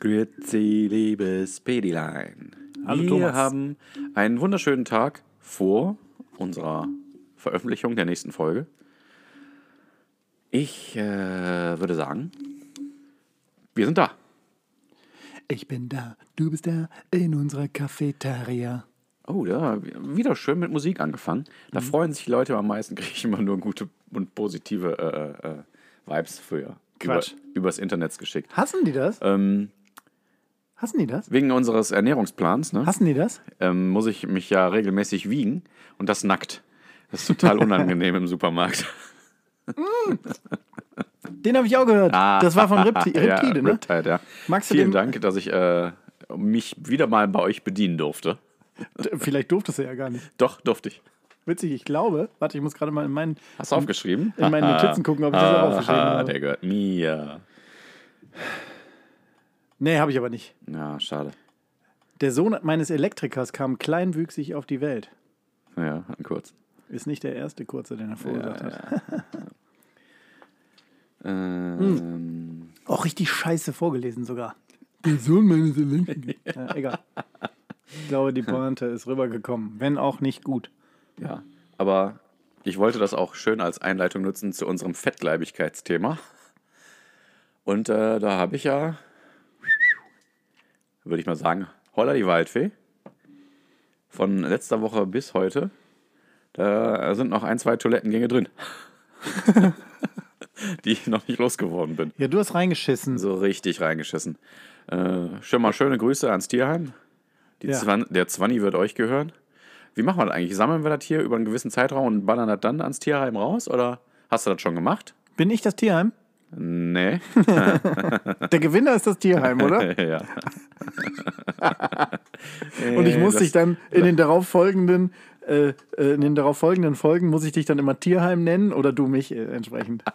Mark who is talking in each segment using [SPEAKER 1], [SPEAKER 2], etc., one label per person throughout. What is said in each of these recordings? [SPEAKER 1] Grüezi, liebes Pedilein.
[SPEAKER 2] Hallo,
[SPEAKER 1] Wir
[SPEAKER 2] Thomas.
[SPEAKER 1] haben einen wunderschönen Tag vor unserer Veröffentlichung der nächsten Folge. Ich äh, würde sagen, wir sind da.
[SPEAKER 2] Ich bin da, du bist da, in unserer Cafeteria.
[SPEAKER 1] Oh ja, wieder schön mit Musik angefangen. Da
[SPEAKER 2] Mhm.
[SPEAKER 1] freuen sich die Leute am meisten, kriege ich immer nur gute und positive äh, äh, Vibes für.
[SPEAKER 2] Quatsch.
[SPEAKER 1] Über, übers Internet geschickt.
[SPEAKER 2] Hassen die das?
[SPEAKER 1] Ähm,
[SPEAKER 2] Hassen die das?
[SPEAKER 1] wegen unseres Ernährungsplans, ne?
[SPEAKER 2] Hassen die das?
[SPEAKER 1] ähm, muss ich mich ja regelmäßig wiegen und das nackt. Das ist total unangenehm im Supermarkt.
[SPEAKER 2] Den habe ich auch gehört. Das war von Ripti Riptide,
[SPEAKER 1] Ah. ja,
[SPEAKER 2] ne?
[SPEAKER 1] Riptide, ja.
[SPEAKER 2] Magst du
[SPEAKER 1] Vielen
[SPEAKER 2] dem-
[SPEAKER 1] Dank, dass ich äh, mich wieder mal bei euch bedienen durfte.
[SPEAKER 2] D- Vielleicht durftest du ja gar nicht.
[SPEAKER 1] Doch, durfte ich.
[SPEAKER 2] Witzig, ich glaube. Warte, ich muss gerade mal in meinen.
[SPEAKER 1] Hast du aufgeschrieben?
[SPEAKER 2] in meinen Notizen gucken, ob ich das auch
[SPEAKER 1] Aha,
[SPEAKER 2] aufgeschrieben habe.
[SPEAKER 1] Der gehört mir.
[SPEAKER 2] Nee, habe ich aber nicht.
[SPEAKER 1] Ja, schade.
[SPEAKER 2] Der Sohn meines Elektrikers kam kleinwüchsig auf die Welt.
[SPEAKER 1] Ja, hatten kurz.
[SPEAKER 2] Ist nicht der erste Kurze, den er verursacht hat. Hm.
[SPEAKER 1] Ähm,
[SPEAKER 2] Auch richtig scheiße vorgelesen sogar. Der Sohn meines Elektrikers. ja, egal. Ich glaube, die Pointe ist rübergekommen. Wenn auch nicht gut.
[SPEAKER 1] Ja, aber ich wollte das auch schön als Einleitung nutzen zu unserem Fettleibigkeitsthema. Und äh, da habe ich ja, würde ich mal sagen, Holla die Waldfee. Von letzter Woche bis heute. Da sind noch ein, zwei Toilettengänge drin. die ich noch nicht losgeworden bin.
[SPEAKER 2] Ja, du hast reingeschissen.
[SPEAKER 1] So richtig reingeschissen. Äh, schon mal schöne Grüße ans Tierheim. Die
[SPEAKER 2] Ja.
[SPEAKER 1] Zwan, der Zwanni wird euch gehören. Wie machen wir das eigentlich? Sammeln wir das hier über einen gewissen Zeitraum und ballern das dann ans Tierheim raus? Oder hast du das schon gemacht?
[SPEAKER 2] Bin ich das Tierheim?
[SPEAKER 1] Nee.
[SPEAKER 2] Der Gewinner ist das Tierheim, oder?
[SPEAKER 1] ja.
[SPEAKER 2] Und ich
[SPEAKER 1] Äh,
[SPEAKER 2] muss
[SPEAKER 1] das-
[SPEAKER 2] dich dann in den darauffolgenden, äh, äh, in den darauffolgenden Folgen muss ich dich dann immer Tierheim nennen oder du mich äh, entsprechend.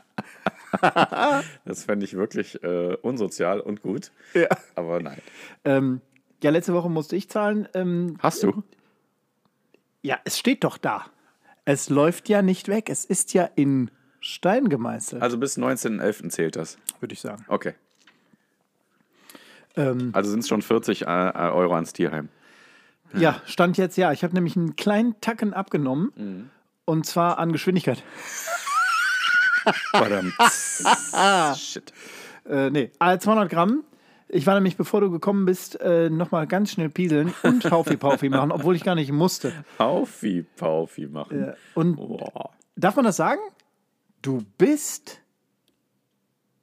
[SPEAKER 1] Das fände ich wirklich äh, unsozial und gut.
[SPEAKER 2] Ja.
[SPEAKER 1] Aber nein.
[SPEAKER 2] Ähm, ja, letzte Woche musste ich zahlen. Ähm,
[SPEAKER 1] Hast du?
[SPEAKER 2] ja, es steht doch da. Es läuft ja nicht weg. Es ist ja in Stein gemeißelt,
[SPEAKER 1] Also bis 19.11. zählt das.
[SPEAKER 2] würde ich sagen.
[SPEAKER 1] Okay.
[SPEAKER 2] Ähm,
[SPEAKER 1] Also sind es schon 40 äh, äh, Euro ans Tierheim.
[SPEAKER 2] ja, stand jetzt ja. Ich habe nämlich einen kleinen Tacken abgenommen.
[SPEAKER 1] Mhm.
[SPEAKER 2] Und zwar an Geschwindigkeit.
[SPEAKER 1] Verdammt. Shit.
[SPEAKER 2] Äh, nee, ah, 200 Gramm. Ich war nämlich, bevor du gekommen bist, äh, nochmal ganz schnell pieseln und Haufi-Paufi machen, obwohl ich gar nicht musste.
[SPEAKER 1] Paufi, Paufi machen.
[SPEAKER 2] Äh, Und
[SPEAKER 1] Boah.
[SPEAKER 2] darf man das sagen? Du bist.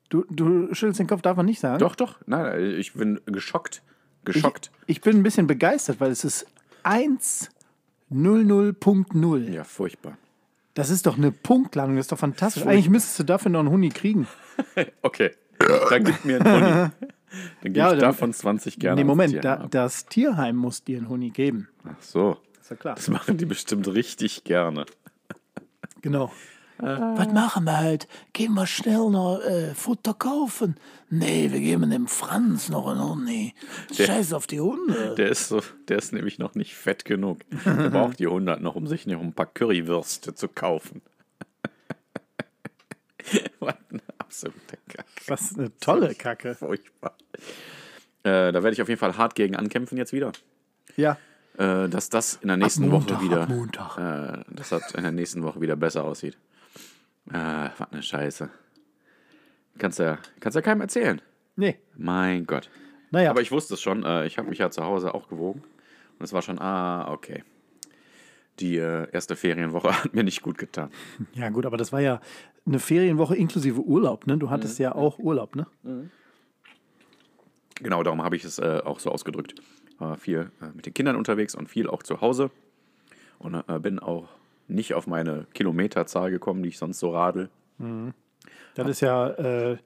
[SPEAKER 2] Du, du schüttelst den Kopf, darf man nicht sagen.
[SPEAKER 1] Doch, doch. Nein, ich bin geschockt.
[SPEAKER 2] ich,
[SPEAKER 1] Geschockt.
[SPEAKER 2] ich bin ein bisschen begeistert, weil es ist 1.00.0.
[SPEAKER 1] ja, furchtbar.
[SPEAKER 2] Das ist doch eine Punktlandung, das ist doch fantastisch. Eigentlich müsstest du dafür noch einen Huni kriegen.
[SPEAKER 1] Okay. Dann gib mir einen Huni. Dann gib
[SPEAKER 2] Ja,
[SPEAKER 1] ich
[SPEAKER 2] dann-
[SPEAKER 1] davon 20 gerne.
[SPEAKER 2] nee,
[SPEAKER 1] ans
[SPEAKER 2] Moment,
[SPEAKER 1] Tierheim
[SPEAKER 2] da,
[SPEAKER 1] ab.
[SPEAKER 2] das Tierheim muss dir einen Huni geben.
[SPEAKER 1] Ach so.
[SPEAKER 2] Ist ja klar.
[SPEAKER 1] Das machen die bestimmt richtig gerne.
[SPEAKER 2] Genau. Was machen wir halt? Gehen wir schnell noch äh, Futter kaufen? Nee, wir geben dem Franz noch einen Huni. Scheiß auf die Hunde.
[SPEAKER 1] Der ist, so, der ist nämlich noch nicht fett genug. Der braucht die 100 noch, um sich noch ein paar Currywürste zu kaufen. Was ein absoluter Kack.
[SPEAKER 2] Was eine tolle Kacke.
[SPEAKER 1] Furchtbar. Äh, da werde ich auf jeden Fall hart gegen ankämpfen jetzt wieder.
[SPEAKER 2] Ja.
[SPEAKER 1] äh, dass das in der nächsten
[SPEAKER 2] Montag,
[SPEAKER 1] Woche wieder,
[SPEAKER 2] ab Montag.
[SPEAKER 1] Äh, dass das in der nächsten Woche wieder besser aussieht. Äh, was eine Scheiße. Kannst ja, kannst ja keinem erzählen.
[SPEAKER 2] Nee.
[SPEAKER 1] Mein Gott.
[SPEAKER 2] Naja,
[SPEAKER 1] Aber ich wusste es schon. Äh, ich habe mich ja zu Hause auch gewogen und es war schon. Ah, okay. Die äh, erste Ferienwoche hat mir nicht gut getan.
[SPEAKER 2] ja gut, aber das war ja eine Ferienwoche inklusive Urlaub, ne? Du hattest ja auch Urlaub, ne?
[SPEAKER 1] Genau, darum habe ich es äh, auch so ausgedrückt. War viel äh, mit den Kindern unterwegs und viel auch zu Hause. Und äh, bin auch nicht auf meine Kilometerzahl gekommen, die ich sonst so radel.
[SPEAKER 2] Das ist ja äh,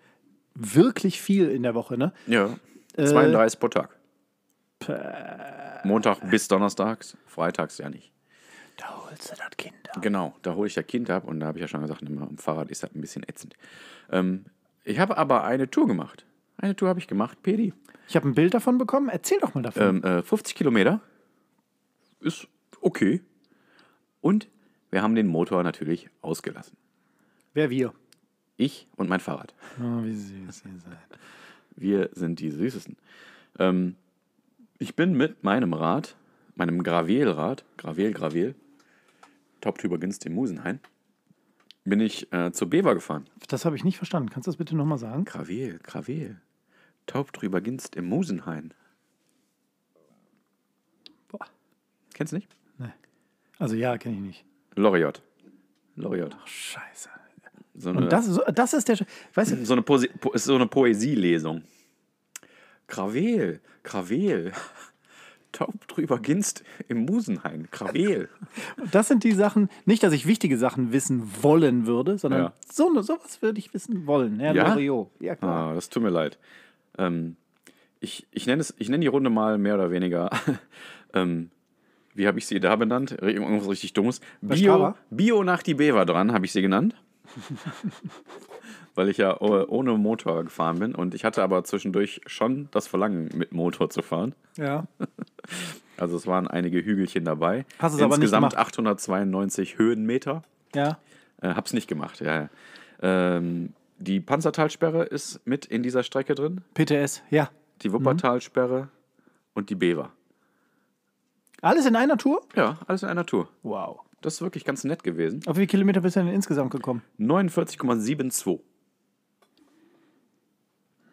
[SPEAKER 2] wirklich viel in der Woche, ne?
[SPEAKER 1] Ja. 32 Äh, pro Tag. Montag bis Donnerstags, freitags ja nicht.
[SPEAKER 2] Da holst du das Kind ab.
[SPEAKER 1] Genau, da hole ich ja Kind ab und da habe ich ja schon gesagt, immer am Fahrrad ist das ein bisschen ätzend. Ähm, ich habe aber eine Tour gemacht. Eine Tour habe ich gemacht, Pedi.
[SPEAKER 2] Ich habe ein Bild davon bekommen. Erzähl doch mal davon.
[SPEAKER 1] Ähm, äh, 50 Kilometer ist okay. Und wir haben den Motor natürlich ausgelassen.
[SPEAKER 2] Wer wir?
[SPEAKER 1] Ich und mein Fahrrad.
[SPEAKER 2] Oh, wie süß ihr seid.
[SPEAKER 1] Wir sind die Süßesten. Ähm, ich bin mit meinem Rad, meinem Gravelrad, Gravel, Gravel, Taubtübergens dem Musenhain, bin ich äh, zur Bever gefahren.
[SPEAKER 2] Das habe ich nicht verstanden. Kannst du das bitte nochmal sagen?
[SPEAKER 1] Gravel, Gravel, Taubtübergens im Musenhain.
[SPEAKER 2] Boah.
[SPEAKER 1] Kennst du nicht?
[SPEAKER 2] Nee. Also ja, kenne ich nicht.
[SPEAKER 1] Loriot. Loriot.
[SPEAKER 2] Scheiße.
[SPEAKER 1] So
[SPEAKER 2] Und das, so- das ist der. Sch- Weißt du,
[SPEAKER 1] so eine, Posi po ist so eine Poesielesung. Gravel, Gravel, taub drüber Ginst im Musenhain, Gravel.
[SPEAKER 2] das sind die Sachen. Nicht, dass ich wichtige Sachen wissen wollen würde, sondern
[SPEAKER 1] Ja.
[SPEAKER 2] so ne, sowas würde ich wissen wollen. Ja,
[SPEAKER 1] Ja?
[SPEAKER 2] Loriot. Ja, klar.
[SPEAKER 1] Ah, das tut mir leid. Ähm, ich ich nenne es- ich nenne die Runde mal mehr oder weniger, ähm, wie habe ich sie da benannt? Ir- Irgendwas richtig Dummes. Bio,
[SPEAKER 2] Strava?
[SPEAKER 1] Bio nach die Bever dran, habe ich sie genannt. Weil ich ja oh- ohne Motor gefahren bin und ich hatte aber zwischendurch schon das Verlangen, mit Motor zu fahren.
[SPEAKER 2] Ja.
[SPEAKER 1] Also es waren einige Hügelchen dabei.
[SPEAKER 2] Hast es aber nicht
[SPEAKER 1] Insgesamt
[SPEAKER 2] gemacht.
[SPEAKER 1] 892 Höhenmeter.
[SPEAKER 2] Ja.
[SPEAKER 1] Äh, hab's nicht gemacht, ja. ja. Ähm, die Panzertalsperre ist mit in dieser Strecke drin,
[SPEAKER 2] PTS. Ja.
[SPEAKER 1] die Wuppertalsperre und die Bever.
[SPEAKER 2] Alles in einer Tour?
[SPEAKER 1] Ja, alles in einer Tour.
[SPEAKER 2] Wow.
[SPEAKER 1] Das ist wirklich ganz nett gewesen.
[SPEAKER 2] Auf wie viele Kilometer bist du denn insgesamt gekommen?
[SPEAKER 1] 49,72.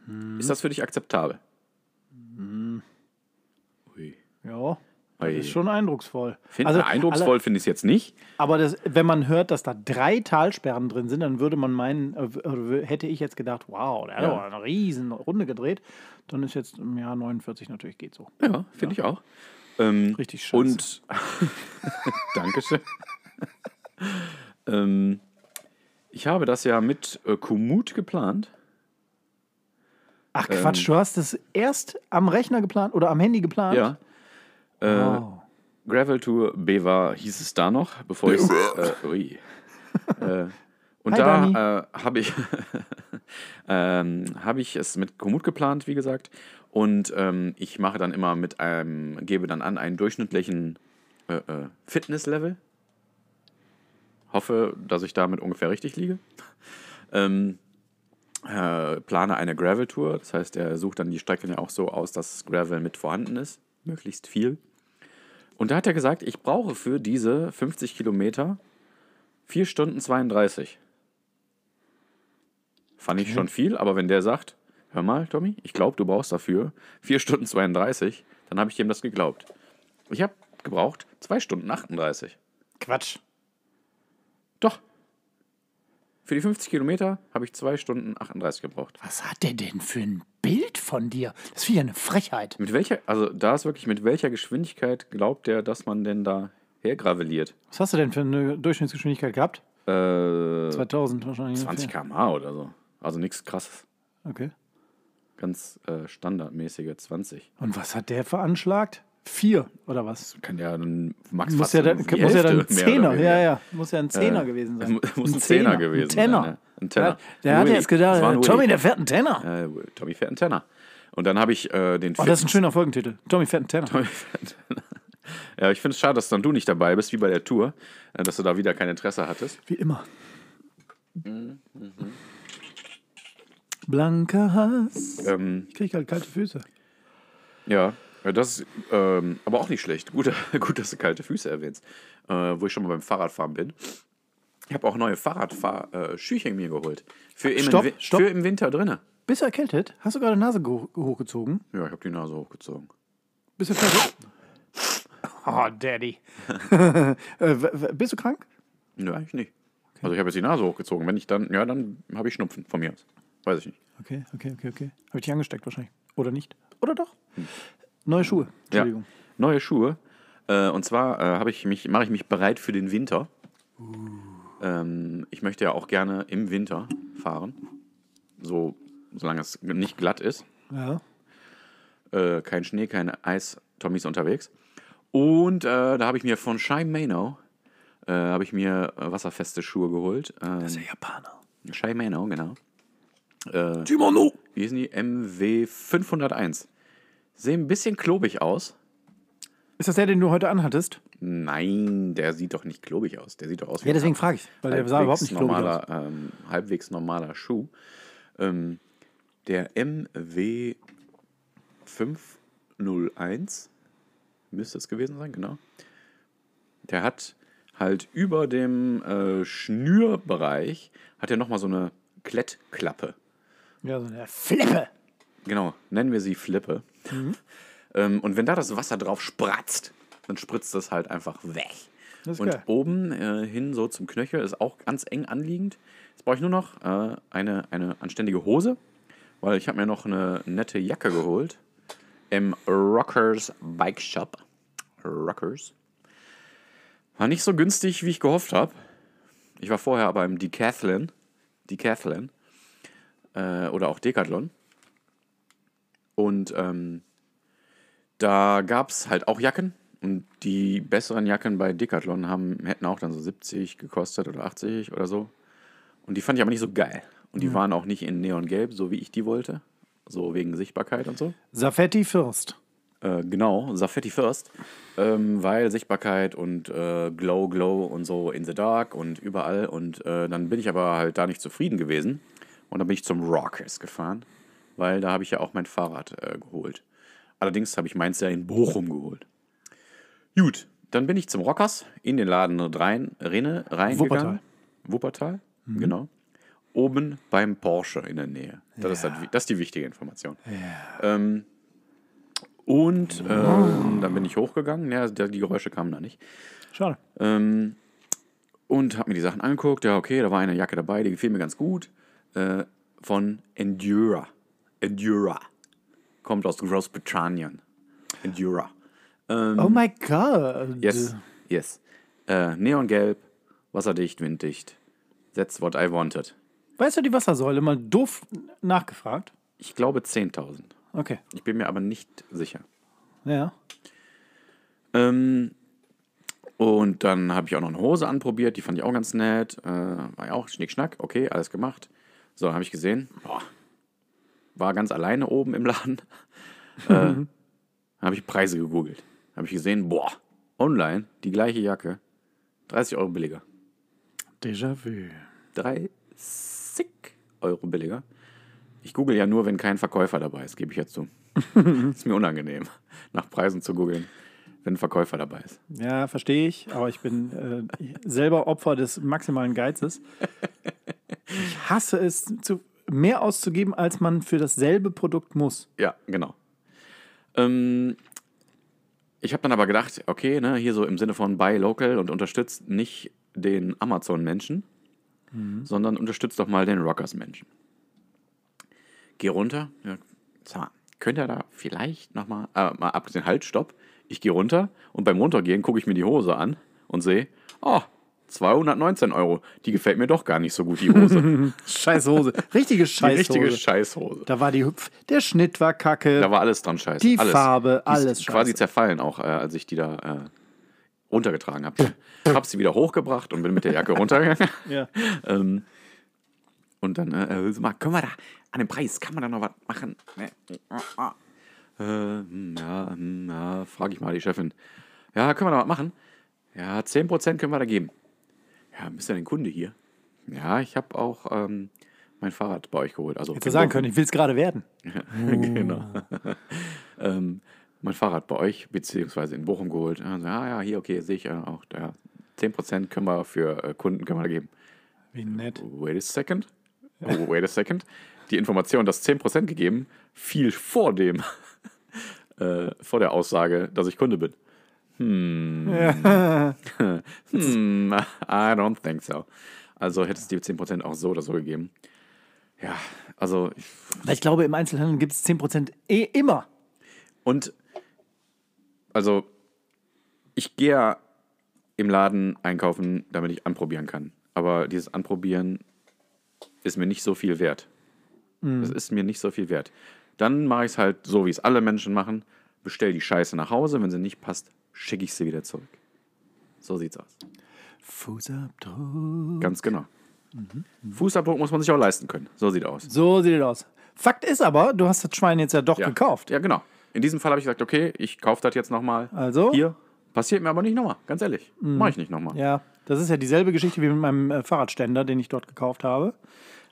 [SPEAKER 2] Hm.
[SPEAKER 1] Ist das für dich akzeptabel? Ui.
[SPEAKER 2] Ja. Das
[SPEAKER 1] Ui.
[SPEAKER 2] ist schon eindrucksvoll.
[SPEAKER 1] Find,
[SPEAKER 2] Also,
[SPEAKER 1] eindrucksvoll finde ich es jetzt nicht.
[SPEAKER 2] alle- Aber das, wenn man hört, dass da drei Talsperren drin sind, dann würde man meinen, äh, w- hätte ich jetzt gedacht, wow, der hat
[SPEAKER 1] Ja.
[SPEAKER 2] aber eine riesen Runde gedreht. Dann ist jetzt im Jahr 49 natürlich geht so.
[SPEAKER 1] Ja, finde ich auch. Ähm,
[SPEAKER 2] Richtig scheiße.
[SPEAKER 1] Und Dankeschön. ähm, ich habe das ja mit äh, Komoot geplant.
[SPEAKER 2] Ach
[SPEAKER 1] Ähm,
[SPEAKER 2] Quatsch, du hast es erst am Rechner geplant oder am Handy geplant? Oh.
[SPEAKER 1] Ja. äh,
[SPEAKER 2] Wow.
[SPEAKER 1] Gravel Tour Beva hieß es da noch, bevor ich äh, ui. äh, Und
[SPEAKER 2] Hi, Dani.
[SPEAKER 1] da äh, habe ich, ähm, habe ich es mit Komoot geplant, wie gesagt. Und ähm, ich mache dann immer mit einem, gebe dann an einen durchschnittlichen äh, äh, Fitnesslevel. Hoffe, dass ich damit ungefähr richtig liege. Ähm, äh, plane eine Gravel-Tour. Das heißt, er sucht dann die Strecken ja auch so aus, dass Gravel mit vorhanden ist. Möglichst viel. Und da hat er gesagt, ich brauche für diese 50 Kilometer 4 Stunden 32. Fand ich schon viel, aber wenn der sagt, hör mal, Tommy, ich glaube, du brauchst dafür 4 Stunden 32, dann habe ich dem das geglaubt. Ich habe gebraucht 2 Stunden 38.
[SPEAKER 2] Quatsch.
[SPEAKER 1] Doch. Für die 50 Kilometer habe ich 2 Stunden 38 gebraucht.
[SPEAKER 2] Was hat der denn für ein Bild von dir? Das ist wieder eine Frechheit.
[SPEAKER 1] Mit welcher, also da ist wirklich, mit welcher Geschwindigkeit glaubt der, dass man denn da hergravelliert?
[SPEAKER 2] Was hast du denn für eine Durchschnittsgeschwindigkeit gehabt?
[SPEAKER 1] Äh,
[SPEAKER 2] 2000 wahrscheinlich.
[SPEAKER 1] 20
[SPEAKER 2] ungefähr.
[SPEAKER 1] km/h oder so. Also nichts krasses.
[SPEAKER 2] Okay.
[SPEAKER 1] Ganz äh, standardmäßige 20.
[SPEAKER 2] Und was hat der veranschlagt? Vier oder was?
[SPEAKER 1] Kann ja dann max
[SPEAKER 2] Muss
[SPEAKER 1] fast
[SPEAKER 2] ja dann,
[SPEAKER 1] die
[SPEAKER 2] muss
[SPEAKER 1] Hälfte
[SPEAKER 2] ja
[SPEAKER 1] mehr
[SPEAKER 2] dann ein
[SPEAKER 1] oder
[SPEAKER 2] Zehner,
[SPEAKER 1] weniger.
[SPEAKER 2] ja, ja. Muss ja ein Zehner
[SPEAKER 1] Äh,
[SPEAKER 2] gewesen sein.
[SPEAKER 1] mu- muss ein Zehner gewesen
[SPEAKER 2] ein Tenner.
[SPEAKER 1] sein, ja. Ein Tenner.
[SPEAKER 2] Der, der hat
[SPEAKER 1] Willy.
[SPEAKER 2] jetzt gedacht, äh,
[SPEAKER 1] Das war ein
[SPEAKER 2] Tommy,
[SPEAKER 1] Willy.
[SPEAKER 2] der fährt einen Tenner.
[SPEAKER 1] Äh, Tommy fährt einen Tenner. Und dann habe ich äh, den
[SPEAKER 2] Oh, das ist ein schöner Folgentitel. Tommy fährt einen Tenner.
[SPEAKER 1] Ja, ich finde es schade, dass dann du nicht dabei bist, wie bei der Tour, äh, dass du da wieder kein Interesse hattest.
[SPEAKER 2] Wie immer. Mhm, Blanker Hass.
[SPEAKER 1] Ähm,
[SPEAKER 2] Ich krieg halt kalte Füße.
[SPEAKER 1] ja, ja, das ist ähm, aber auch nicht schlecht. Gut, gut, dass du kalte Füße erwähnst, äh, wo ich schon mal beim Fahrradfahren bin. Ich habe auch neue Fahrradfahr-Schüchen mir geholt. Für im,
[SPEAKER 2] Stopp,
[SPEAKER 1] Wi-
[SPEAKER 2] stopp.
[SPEAKER 1] Für im Winter drinnen.
[SPEAKER 2] Bist du erkältet? Hast du gerade die Nase geho- hochgezogen?
[SPEAKER 1] Ja, ich habe die Nase hochgezogen.
[SPEAKER 2] Bist du fertig? Oh, Daddy. äh, w- w- bist du krank?
[SPEAKER 1] Nö, eigentlich nicht. Also ich habe jetzt die Nase hochgezogen. Wenn ich dann, ja, dann habe ich Schnupfen von mir aus. Weiß ich nicht.
[SPEAKER 2] Okay, okay, okay, okay. Habe ich dich angesteckt wahrscheinlich. Oder nicht? Oder doch? Neue Schuhe. Entschuldigung.
[SPEAKER 1] Ja. Neue Schuhe. Äh, und zwar äh, habe ich mich, mache ich mich bereit für den Winter. Ähm, ich möchte ja auch gerne im Winter fahren. So, solange es nicht glatt ist.
[SPEAKER 2] Ja.
[SPEAKER 1] Äh, kein Schnee, kein Eis. Tommy ist unterwegs. Und äh, da habe ich mir von Shai Mano äh, habe ich mir äh, wasserfeste Schuhe geholt. Ähm,
[SPEAKER 2] Der Japaner.
[SPEAKER 1] Shai Mano, genau. Äh,
[SPEAKER 2] Timono.
[SPEAKER 1] Wie hießen die? MW 501. Sehen ein bisschen klobig aus.
[SPEAKER 2] Ist das der, den du heute anhattest?
[SPEAKER 1] Nein, der sieht doch nicht klobig aus. Der sieht doch aus wie
[SPEAKER 2] Ja,
[SPEAKER 1] ein
[SPEAKER 2] deswegen frage ich. Weil der sah überhaupt nicht klobig aus.
[SPEAKER 1] normaler, ähm, halbwegs normaler Schuh. Ähm, Der MW 501 müsste es gewesen sein, genau. Der hat halt über dem äh, Schnürbereich hat er nochmal so eine Klettklappe.
[SPEAKER 2] Ja, so eine Flippe.
[SPEAKER 1] Genau, nennen wir sie Flippe.
[SPEAKER 2] Mhm.
[SPEAKER 1] Ähm, und wenn da das Wasser drauf spratzt, dann spritzt das halt einfach weg.
[SPEAKER 2] Das ist
[SPEAKER 1] und
[SPEAKER 2] geil.
[SPEAKER 1] oben äh, hin so zum Knöchel ist auch ganz eng anliegend. Jetzt brauche ich nur noch äh, eine, eine anständige Hose, weil ich habe mir noch eine nette Jacke geholt im Rockers Bike Shop. Rockers. War nicht so günstig, wie ich gehofft habe. Ich war vorher aber im Decathlon. Decathlon. Äh, oder auch Decathlon. Und ähm, da gab es halt auch Jacken. Und die besseren Jacken bei Decathlon haben, hätten auch dann so 70 gekostet oder 80 oder so. Und die fand ich aber nicht so geil. Und die waren auch nicht in Neongelb, so wie ich die wollte. So wegen Sichtbarkeit und so.
[SPEAKER 2] Safetti Fürst.
[SPEAKER 1] Äh, genau, Safetti First, ähm, weil Sichtbarkeit und äh, Glow, Glow und so in the Dark und überall. Und äh, dann bin ich aber halt da nicht zufrieden gewesen. Und dann bin ich zum Rockers gefahren, weil da habe ich ja auch mein Fahrrad äh, geholt. Allerdings habe ich meins ja in Bochum geholt. Gut, dann bin ich zum Rockers in den Laden rein, Rinne, reingegangen. Wuppertal. genau. Oben beim Porsche in der Nähe. Das, ist, halt, das ist die wichtige Information. Ähm, und ähm, dann bin ich hochgegangen. Ja, da- die Geräusche kamen da nicht.
[SPEAKER 2] Schade.
[SPEAKER 1] Ähm, und habe mir die Sachen angeguckt. Ja, okay, da war eine Jacke dabei, die gefiel mir ganz gut. Äh, von Endura. Endura. Kommt aus Großbritannien. Endura.
[SPEAKER 2] oh my God.
[SPEAKER 1] Yes, yes. Äh, Neongelb, wasserdicht, winddicht. That's what I wanted.
[SPEAKER 2] Weißt du die Wassersäule? Mal doof nachgefragt.
[SPEAKER 1] Ich glaube 10.000.
[SPEAKER 2] Okay.
[SPEAKER 1] Ich bin mir aber nicht sicher.
[SPEAKER 2] Ja.
[SPEAKER 1] Ähm, und dann habe ich auch noch eine Hose anprobiert, die fand ich auch ganz nett. Äh, war ja auch Schnickschnack, okay, alles gemacht. So, dann habe ich gesehen, boah, war ganz alleine oben im Laden. äh, habe ich Preise gegoogelt. Habe ich gesehen, boah, online die gleiche Jacke, 30 Euro billiger.
[SPEAKER 2] Déjà-vu.
[SPEAKER 1] 30 Euro billiger. Ich google ja nur, wenn kein Verkäufer dabei ist, gebe ich jetzt zu. ist mir unangenehm, nach Preisen zu googeln, wenn ein Verkäufer dabei ist.
[SPEAKER 2] Ja, verstehe ich, aber ich bin äh, selber Opfer des maximalen Geizes. Ich hasse es, zu, mehr auszugeben, als man für dasselbe Produkt muss.
[SPEAKER 1] Ja, genau. Ähm, ich habe dann aber gedacht, okay, ne, hier so im Sinne von Buy Local und unterstützt nicht den Amazon-Menschen, sondern unterstützt doch mal den Rockers-Menschen. Geh runter. Ja, sag mal, könnt ihr da vielleicht nochmal, äh, mal abgesehen, halt, stopp. Ich gehe runter und beim Runtergehen gucke ich mir die Hose an und sehe, oh, 219 Euro. Die gefällt mir doch gar nicht so gut, die Hose.
[SPEAKER 2] Scheiß Hose. Richtige
[SPEAKER 1] die
[SPEAKER 2] Scheiß
[SPEAKER 1] richtige
[SPEAKER 2] Hose.
[SPEAKER 1] Scheißhose.
[SPEAKER 2] Da war die, Hüpf- der Schnitt war kacke.
[SPEAKER 1] Da war alles dran scheiße.
[SPEAKER 2] Die
[SPEAKER 1] alles.
[SPEAKER 2] Farbe,
[SPEAKER 1] die ist
[SPEAKER 2] alles
[SPEAKER 1] quasi
[SPEAKER 2] scheiße.
[SPEAKER 1] zerfallen auch, äh, als ich die da äh, runtergetragen habe. Hab sie wieder hochgebracht und bin mit der Jacke runtergegangen.
[SPEAKER 2] ja.
[SPEAKER 1] ähm, und dann, äh, äh, sag mal, können wir da an dem Preis, kann man da noch was machen? Ne? Äh, hm, ja, hm, ja frage ich mal die Chefin. Ja, können wir da was machen? Ja, 10% können wir da geben. Ja, bist ja ein Kunde hier. Ja, ich habe auch ähm, mein Fahrrad bei euch geholt. Also
[SPEAKER 2] Hätte sagen können, ich will es gerade werden.
[SPEAKER 1] genau. ähm, mein Fahrrad bei euch, beziehungsweise in Bochum geholt. Und so, ah ja, hier, okay, sehe ich ja auch. Da. 10% können wir für äh, Kunden können wir da geben.
[SPEAKER 2] Wie nett.
[SPEAKER 1] Wait a second. Oh, wait a second. Die Information, dass 10% gegeben, fiel vor dem, äh, vor der Aussage, dass ich Kunde bin. Hm. hm, I don't think so. Also hätte es die 10% auch so oder so gegeben. Ja, also ich
[SPEAKER 2] Weil ich glaube, im Einzelhandel gibt es 10% eh immer.
[SPEAKER 1] Und also, ich gehe ja im Laden einkaufen, damit ich anprobieren kann. Aber dieses Anprobieren ist mir nicht so viel wert. Es ist mir nicht so viel wert. Dann mache ich es halt so, wie es alle Menschen machen. Bestell die Scheiße nach Hause. Wenn sie nicht passt, schicke ich sie wieder zurück. So sieht's aus.
[SPEAKER 2] Fußabdruck.
[SPEAKER 1] Ganz genau. Fußabdruck muss man sich auch leisten können. So sieht aus.
[SPEAKER 2] So sieht es aus. Fakt ist aber, du hast das Schwein jetzt ja doch
[SPEAKER 1] Ja.
[SPEAKER 2] gekauft.
[SPEAKER 1] Ja, genau. In diesem Fall habe ich gesagt, okay, ich kaufe das jetzt nochmal.
[SPEAKER 2] Also? Mhm.
[SPEAKER 1] Hier. Passiert mir aber nicht nochmal, ganz ehrlich. Mache ich nicht nochmal.
[SPEAKER 2] Ja, das ist ja dieselbe Geschichte wie mit meinem äh, Fahrradständer, den ich dort gekauft habe.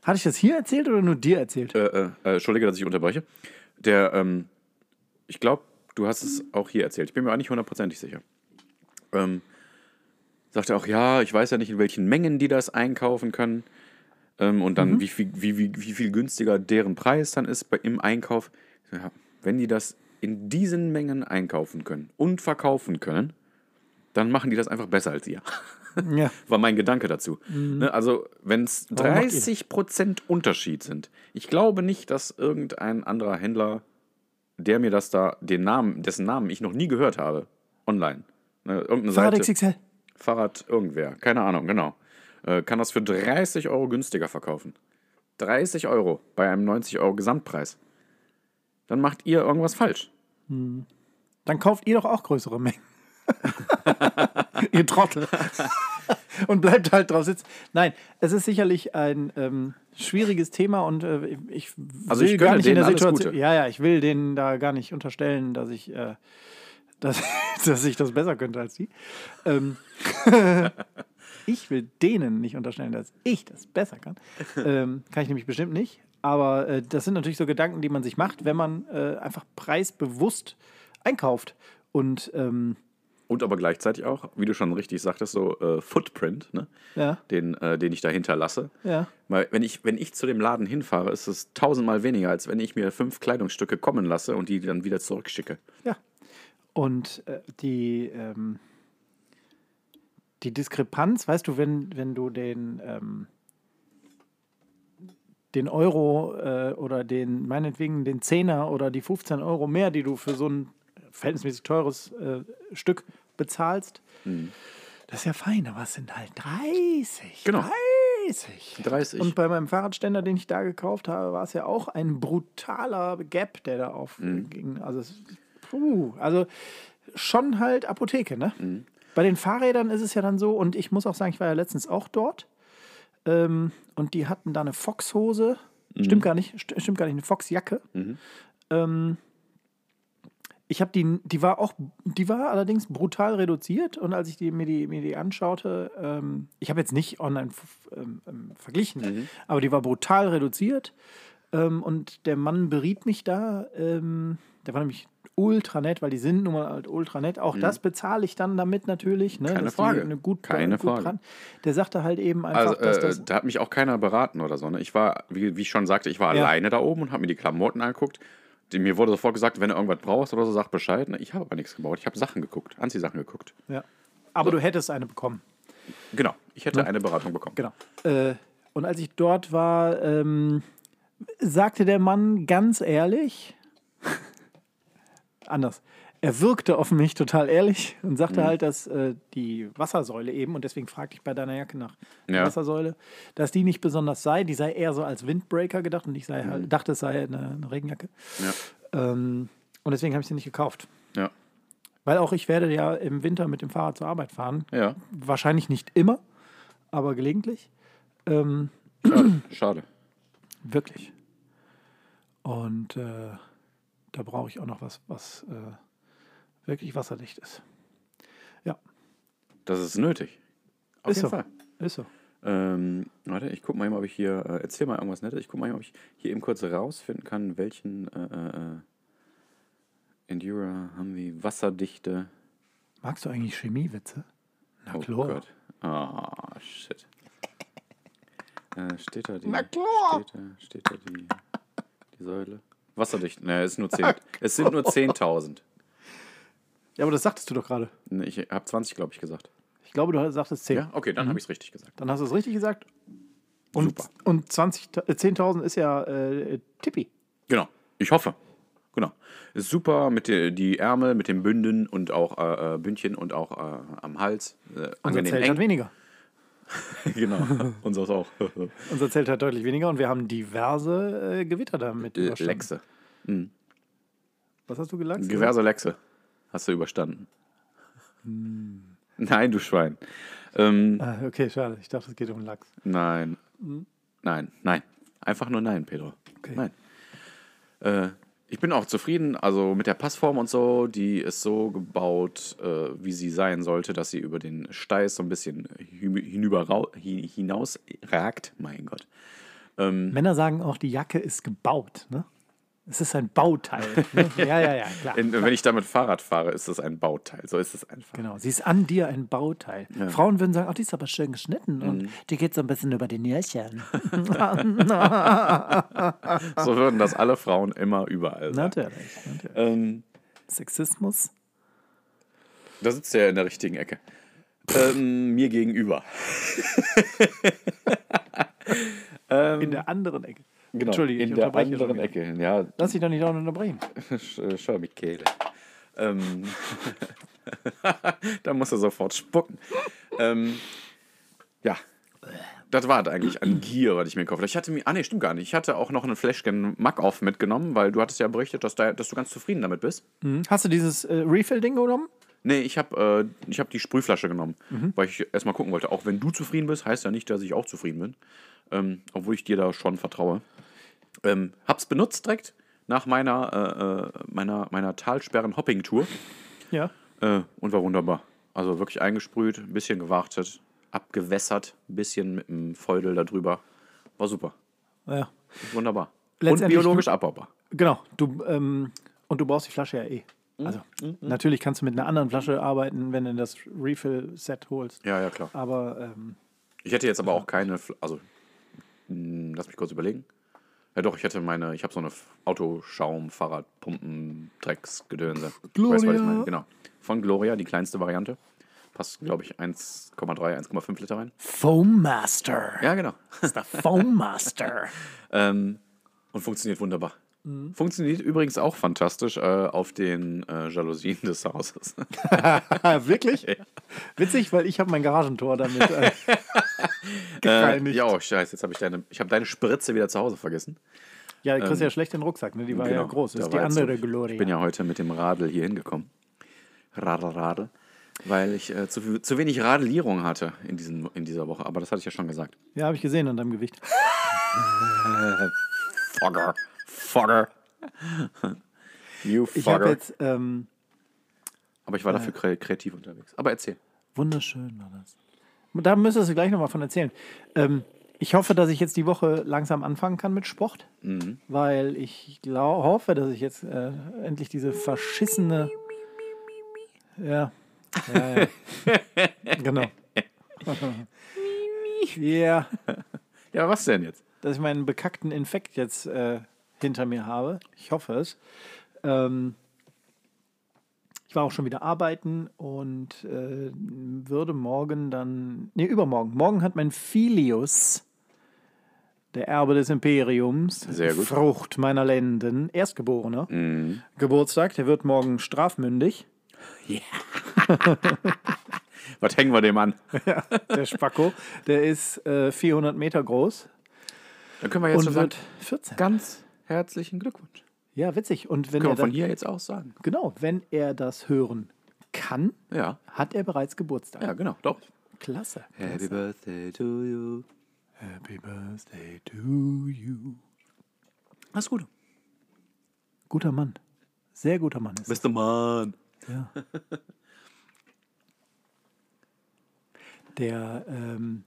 [SPEAKER 2] Hatte ich das hier erzählt oder nur dir erzählt?
[SPEAKER 1] Äh, äh, äh, Entschuldige, dass ich unterbreche. Der, ähm, ich glaube, du hast es auch hier erzählt. Ich bin mir auch nicht hundertprozentig sicher. Ähm, sagt er auch, ja, ich weiß ja nicht, in welchen Mengen die das einkaufen können. Ähm, und dann, wie, viel, wie, wie, wie viel günstiger deren Preis dann ist bei, im Einkauf. Ja, wenn die das in diesen Mengen einkaufen können und verkaufen können, dann machen die das einfach besser als ihr.
[SPEAKER 2] Ja.
[SPEAKER 1] War mein Gedanke dazu. Ne, also, wenn es
[SPEAKER 2] Mhm. Warum macht ihr-
[SPEAKER 1] 30% Unterschied sind, ich glaube nicht, dass irgendein anderer Händler, der mir das da, den Namen, dessen Namen ich noch nie gehört habe, online, ne, irgendeine
[SPEAKER 2] Fahrrad
[SPEAKER 1] Seite,
[SPEAKER 2] XXL.
[SPEAKER 1] Fahrrad irgendwer, keine Ahnung, genau, äh, kann das für 30 Euro günstiger verkaufen. 30 Euro bei einem 90 Euro Gesamtpreis. Dann macht ihr irgendwas falsch.
[SPEAKER 2] Dann kauft ihr doch auch größere Mengen. ihr Trottel. und bleibt halt drauf sitzen. Nein, es ist sicherlich ein ähm, schwieriges Thema und äh, ich
[SPEAKER 1] Also ich gönne denen alles Gute.
[SPEAKER 2] Ja, ja, ich will denen da gar nicht unterstellen, dass ich, äh, dass, dass ich das besser könnte als die. Ähm, ich will denen nicht unterstellen, dass ich das besser kann. Ähm, kann ich nämlich bestimmt nicht. Aber äh, das sind natürlich so Gedanken, die man sich macht, wenn man äh, einfach preisbewusst einkauft. Und ähm,
[SPEAKER 1] Und aber gleichzeitig auch, wie du schon richtig sagtest, so äh, Footprint, ne?
[SPEAKER 2] ja,
[SPEAKER 1] den, äh, den ich dahinter lasse.
[SPEAKER 2] ja.
[SPEAKER 1] Weil wenn ich, wenn ich zu dem Laden hinfahre, ist es tausendmal weniger, als wenn ich mir fünf Kleidungsstücke kommen lasse und die dann wieder zurückschicke.
[SPEAKER 2] Ja. Und äh, die, ähm, die Diskrepanz, weißt du, wenn, wenn du den, ähm, den Euro äh, oder den, meinetwegen den Zehner oder die 15 Euro mehr, die du für so ein verhältnismäßig teures äh, Stück bezahlst, das ist ja fein, aber es sind halt 30.
[SPEAKER 1] Genau.
[SPEAKER 2] 30.
[SPEAKER 1] 30.
[SPEAKER 2] Und bei meinem Fahrradständer, den ich da gekauft habe, war es ja auch ein brutaler Gap, der da aufging. Also, es, puh, also schon halt Apotheke, ne? Bei den Fahrrädern ist es ja dann so, und ich muss auch sagen, ich war ja letztens auch dort. Ähm, und die hatten da eine Foxhose. Stimmt gar nicht, st stimmt gar nicht, eine Foxjacke. Ähm, ich habe die, die war auch, die war allerdings brutal reduziert und als ich die, mir, die, mir die anschaute, ähm, ich habe jetzt nicht online f- ähm, ähm, verglichen,
[SPEAKER 1] Mhm.
[SPEAKER 2] aber die war brutal reduziert ähm, und der Mann beriet mich da, ähm, der war nämlich ultra nett, weil die sind nun mal halt ultra nett, auch das bezahle ich dann damit natürlich. Ne,
[SPEAKER 1] Mhm. Keine
[SPEAKER 2] dass die
[SPEAKER 1] Frage.
[SPEAKER 2] Eine gut,
[SPEAKER 1] Keine
[SPEAKER 2] gut
[SPEAKER 1] Frage.
[SPEAKER 2] Dran. Der sagte halt eben einfach,
[SPEAKER 1] Also
[SPEAKER 2] dass
[SPEAKER 1] äh,
[SPEAKER 2] das...
[SPEAKER 1] da hat mich auch keiner beraten oder so. Ne? Ich war, wie, wie ich schon sagte, ich war
[SPEAKER 2] Ja.
[SPEAKER 1] alleine da oben und habe mir die Klamotten angeguckt. Die, mir wurde sofort gesagt, wenn du irgendwas brauchst oder so, sag Bescheid. Ne? Ich habe aber nichts gebaut. Ich habe Sachen geguckt, Anziehsachen geguckt.
[SPEAKER 2] Ja. Aber du hättest eine bekommen.
[SPEAKER 1] Genau, ich hätte eine Beratung bekommen.
[SPEAKER 2] Genau. Äh, und als ich dort war, ähm, sagte der Mann ganz ehrlich, anders. Er wirkte auf mich total ehrlich und sagte halt, dass äh, die Wassersäule eben, und deswegen fragte ich bei deiner Jacke nach der
[SPEAKER 1] Ja.
[SPEAKER 2] Wassersäule, dass die nicht besonders sei. Die sei eher so als Windbreaker gedacht und ich sei halt, dachte, es sei eine, eine Regenjacke. Ähm, und deswegen habe ich sie nicht gekauft.
[SPEAKER 1] Ja,
[SPEAKER 2] Weil auch ich werde ja im Winter mit dem Fahrrad zur Arbeit fahren.
[SPEAKER 1] ja, ja.
[SPEAKER 2] Wahrscheinlich nicht immer, aber gelegentlich. Ähm,
[SPEAKER 1] Schade. Schade.
[SPEAKER 2] Wirklich. Und äh, da brauche ich auch noch was, was äh, wirklich wasserdicht ist. Ja,
[SPEAKER 1] Das ist nötig. Auf
[SPEAKER 2] Ist
[SPEAKER 1] jeden
[SPEAKER 2] so.
[SPEAKER 1] Fall.
[SPEAKER 2] ist so.
[SPEAKER 1] Ähm, warte, ich guck mal eben, ob ich hier. Äh, erzähl mal irgendwas Nettes. Ich guck mal eben, ob ich hier eben kurz rausfinden kann, welchen äh, äh, äh, Endura haben wir. Wasserdichte.
[SPEAKER 2] Magst du eigentlich Chemiewitze? Na
[SPEAKER 1] Oh
[SPEAKER 2] Chlor.
[SPEAKER 1] Gott. Ah, shit. Äh, steht da die.
[SPEAKER 2] Na Chlor.
[SPEAKER 1] Steht da, steht da die, die Säule. Wasserdicht. Ne, es, sind nur 10, es sind nur 10.000.
[SPEAKER 2] Ja, aber das sagtest du doch gerade.
[SPEAKER 1] Ne, Ich habe 20, glaube ich, gesagt.
[SPEAKER 2] Ich glaube, du sagtest 10.
[SPEAKER 1] Ja, okay,
[SPEAKER 2] Mhm.
[SPEAKER 1] dann habe ich es richtig gesagt.
[SPEAKER 2] Dann hast du es richtig gesagt. Und,
[SPEAKER 1] Super.
[SPEAKER 2] und 20 äh, 10.000 ist ja äh, Tippi.
[SPEAKER 1] Genau, ich hoffe. Genau. Ist super mit der, die Ärmel, mit den Bünden und auch äh, äh, Bündchen und auch äh, am Hals. Äh,
[SPEAKER 2] Unser
[SPEAKER 1] angenehm
[SPEAKER 2] Zelt hat
[SPEAKER 1] eng.
[SPEAKER 2] weniger.
[SPEAKER 1] genau, unseres auch.
[SPEAKER 2] Unser Zelt hat deutlich weniger und wir haben diverse äh, Gewitter damit
[SPEAKER 1] Äh,
[SPEAKER 2] überstanden.
[SPEAKER 1] Lechse.
[SPEAKER 2] Was hast du gelaxt?
[SPEAKER 1] Diverse Lechse. Hast du überstanden.
[SPEAKER 2] Hm.
[SPEAKER 1] Nein, du Schwein. Ähm,
[SPEAKER 2] Ah, okay, schade. Ich dachte, es geht um Lachs.
[SPEAKER 1] Nein. Nein, nein. Einfach nur nein, Pedro.
[SPEAKER 2] Hm? Okay.
[SPEAKER 1] Nein. Äh, ich bin auch zufrieden, also mit der Passform und so, die ist so gebaut, äh, wie sie sein sollte, dass sie über den Steiß so ein bisschen hinüber hinausragt. Mein Gott. Ähm,
[SPEAKER 2] Männer sagen auch, die Jacke ist gebaut. Ne? Es ist ein Bauteil. Ne? Ja, ja, ja, klar.
[SPEAKER 1] in, wenn ich damit Fahrrad fahre, ist das ein Bauteil. So ist es einfach.
[SPEAKER 2] Genau, sie ist an dir ein Bauteil. Frauen würden sagen, oh, die ist aber schön geschnitten
[SPEAKER 1] Mhm.
[SPEAKER 2] und die geht so ein bisschen über die Nierchen. Genau.
[SPEAKER 1] So würden das alle Frauen immer überall sagen.
[SPEAKER 2] natürlich, natürlich.
[SPEAKER 1] Ähm,
[SPEAKER 2] Sexismus?
[SPEAKER 1] da sitzt er ja in der richtigen Ecke. Ähm, mir gegenüber.
[SPEAKER 2] In der anderen Ecke.
[SPEAKER 1] Ähm, Genau,
[SPEAKER 2] Entschuldige,
[SPEAKER 1] in
[SPEAKER 2] ich
[SPEAKER 1] der
[SPEAKER 2] unterbreche schon
[SPEAKER 1] anderen
[SPEAKER 2] wieder.
[SPEAKER 1] Ecke. Ja,
[SPEAKER 2] Lass dich doch nicht dauernd unterbrechen.
[SPEAKER 1] Sch- Schau mich Kehle. Ähm, da muss er sofort spucken. ähm, ja. Das war es eigentlich an Gier, was ich mir gekauft habe. Ich hatte mir, ah nee, stimmt gar nicht. Ich hatte auch noch einen Flashcan Mac-Off mitgenommen, weil du hattest ja berichtet, dass, da, dass du ganz zufrieden damit bist.
[SPEAKER 2] Hast du dieses äh, Refill-Ding genommen?
[SPEAKER 1] Nee, ich habe äh, ich hab die Sprühflasche genommen, weil ich erstmal gucken wollte. Auch wenn du zufrieden bist, heißt ja nicht, dass ich auch zufrieden bin. Ähm, obwohl ich dir da schon vertraue. Ähm, hab's benutzt direkt nach meiner, äh, äh, meiner, meiner Talsperren-Hopping-Tour.
[SPEAKER 2] Ja.
[SPEAKER 1] Äh, und war wunderbar. Also wirklich eingesprüht, ein bisschen gewartet, abgewässert, ein bisschen mit dem Feudel darüber. War super.
[SPEAKER 2] ja.
[SPEAKER 1] Wunderbar. Und
[SPEAKER 2] Letztendlich-
[SPEAKER 1] biologisch abbaubar.
[SPEAKER 2] Genau. Du, ähm, und du brauchst die Flasche ja eh.
[SPEAKER 1] Mhm.
[SPEAKER 2] Also, natürlich kannst du mit einer anderen Flasche arbeiten, wenn du das Refill-Set holst.
[SPEAKER 1] Ja, ja, klar.
[SPEAKER 2] Aber ähm,
[SPEAKER 1] Ich hätte jetzt aber auch keine, Fl- also mh, lass mich kurz überlegen. Ja doch, ich hätte meine, ich habe so eine F- Autoschaum, Fahrradpumpen, Drecksgedönse. Weißt du, was ich
[SPEAKER 2] Gloria.
[SPEAKER 1] meine? Genau. Von Gloria, die kleinste Variante. Passt, glaube ich, 1,3, 1,5 Liter rein.
[SPEAKER 2] Foam Master.
[SPEAKER 1] Ja, genau.
[SPEAKER 2] Ist der Foam Master.
[SPEAKER 1] Ähm, und funktioniert wunderbar. Funktioniert übrigens auch fantastisch äh, auf den äh, Jalousien des Hauses.
[SPEAKER 2] Ah, wirklich? Witzig, weil ich habe mein Garagentor damit äh,
[SPEAKER 1] Äh,
[SPEAKER 2] gereinigt.
[SPEAKER 1] ja, oh, scheiße, jetzt habe ich deine, ich hab deine Spritze wieder zu Hause vergessen.
[SPEAKER 2] ja, du kriegst ja schlecht den Rucksack, ne? Die war ja groß.
[SPEAKER 1] da
[SPEAKER 2] Das ist die
[SPEAKER 1] war jetzt
[SPEAKER 2] andere
[SPEAKER 1] so-
[SPEAKER 2] Gloria.
[SPEAKER 1] Ich bin ja heute mit dem Radl hier hingekommen. Radl, Radl. Weil ich äh, zu, viel- zu wenig Radlierung hatte in, diesen, in dieser Woche. Aber das hatte ich ja schon gesagt.
[SPEAKER 2] Ja, habe ich gesehen an deinem Gewicht.
[SPEAKER 1] Fogger. Fogger. you
[SPEAKER 2] Ich habe
[SPEAKER 1] Fogger.
[SPEAKER 2] jetzt ähm,
[SPEAKER 1] Aber ich war dafür krä- kreativ unterwegs. Aber erzähl.
[SPEAKER 2] wunderschön war das. Da müsstest du gleich nochmal von erzählen. Ähm, ich hoffe, dass ich jetzt die Woche langsam anfangen kann mit Sport, weil ich glaub, hoffe, dass ich jetzt äh, endlich diese verschissene. Ja. ja, ja. genau. ja.
[SPEAKER 1] Ja, was denn jetzt?
[SPEAKER 2] dass ich meinen bekackten Infekt jetzt äh, hinter mir habe. Ich hoffe es. Ähm, ich war auch schon wieder arbeiten und äh, würde morgen dann, nee, übermorgen. Morgen hat mein Filius, der Erbe des Imperiums,
[SPEAKER 1] Sehr gut. Mhm.
[SPEAKER 2] Frucht meiner Lenden, Erstgeborener, Geburtstag. Der wird morgen strafmündig,
[SPEAKER 1] Was hängen wir dem an?
[SPEAKER 2] der Spacko. der ist äh, 400 Meter groß
[SPEAKER 1] Dann können wir jetzt
[SPEAKER 2] und
[SPEAKER 1] schon sagen,
[SPEAKER 2] wird 14.
[SPEAKER 1] ganz herzlichen Glückwunsch.
[SPEAKER 2] Ja, witzig. Und wenn
[SPEAKER 1] Können wir
[SPEAKER 2] er
[SPEAKER 1] von
[SPEAKER 2] dann,
[SPEAKER 1] hier jetzt aus sagen.
[SPEAKER 2] Genau, wenn er das hören kann,
[SPEAKER 1] Ja,
[SPEAKER 2] hat er bereits Geburtstag.
[SPEAKER 1] ja, genau, doch.
[SPEAKER 2] Klasse.
[SPEAKER 1] Happy Birthday to you.
[SPEAKER 2] Happy Birthday to you.
[SPEAKER 1] Alles gut.
[SPEAKER 2] Guter Mann. Sehr guter Mann ist. er.
[SPEAKER 1] Bist du Mann.
[SPEAKER 2] Ja. Der ähm,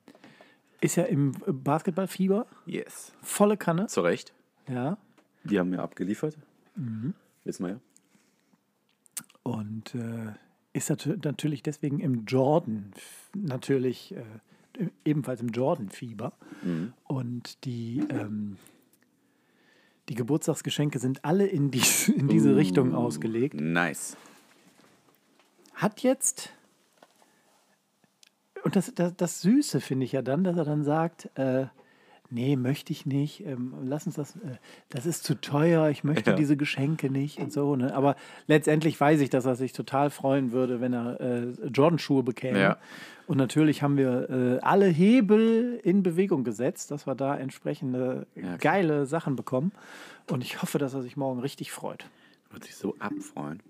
[SPEAKER 2] ist ja im Basketballfieber,
[SPEAKER 1] Yes.
[SPEAKER 2] volle Kanne.
[SPEAKER 1] Zu Recht.
[SPEAKER 2] Ja.
[SPEAKER 1] Die haben mir abgeliefert. Wissen wir ja.
[SPEAKER 2] Und äh, ist nat natürlich deswegen im Jordan, f- natürlich äh, e- ebenfalls im Jordan-Fieber. Und die, ähm, die Geburtstagsgeschenke sind alle in, die, in diese Richtung ausgelegt.
[SPEAKER 1] Nice.
[SPEAKER 2] Hat jetzt, und das, das, das Süße finde ich ja dann, dass er dann sagt, äh, Nee, möchte ich nicht. Ähm, lass uns das. Äh, das ist zu teuer. Ich möchte
[SPEAKER 1] Ja.
[SPEAKER 2] diese Geschenke nicht und so. Ne? Aber letztendlich weiß ich, dass er sich total freuen würde, wenn er äh, Jordan-Schuhe bekäme.
[SPEAKER 1] Ja.
[SPEAKER 2] Und natürlich haben wir äh, alle Hebel in Bewegung gesetzt, dass wir da entsprechende
[SPEAKER 1] klar.
[SPEAKER 2] geile Sachen bekommen. Und ich hoffe, dass er sich morgen richtig freut.
[SPEAKER 1] Wird sich so abfreuen.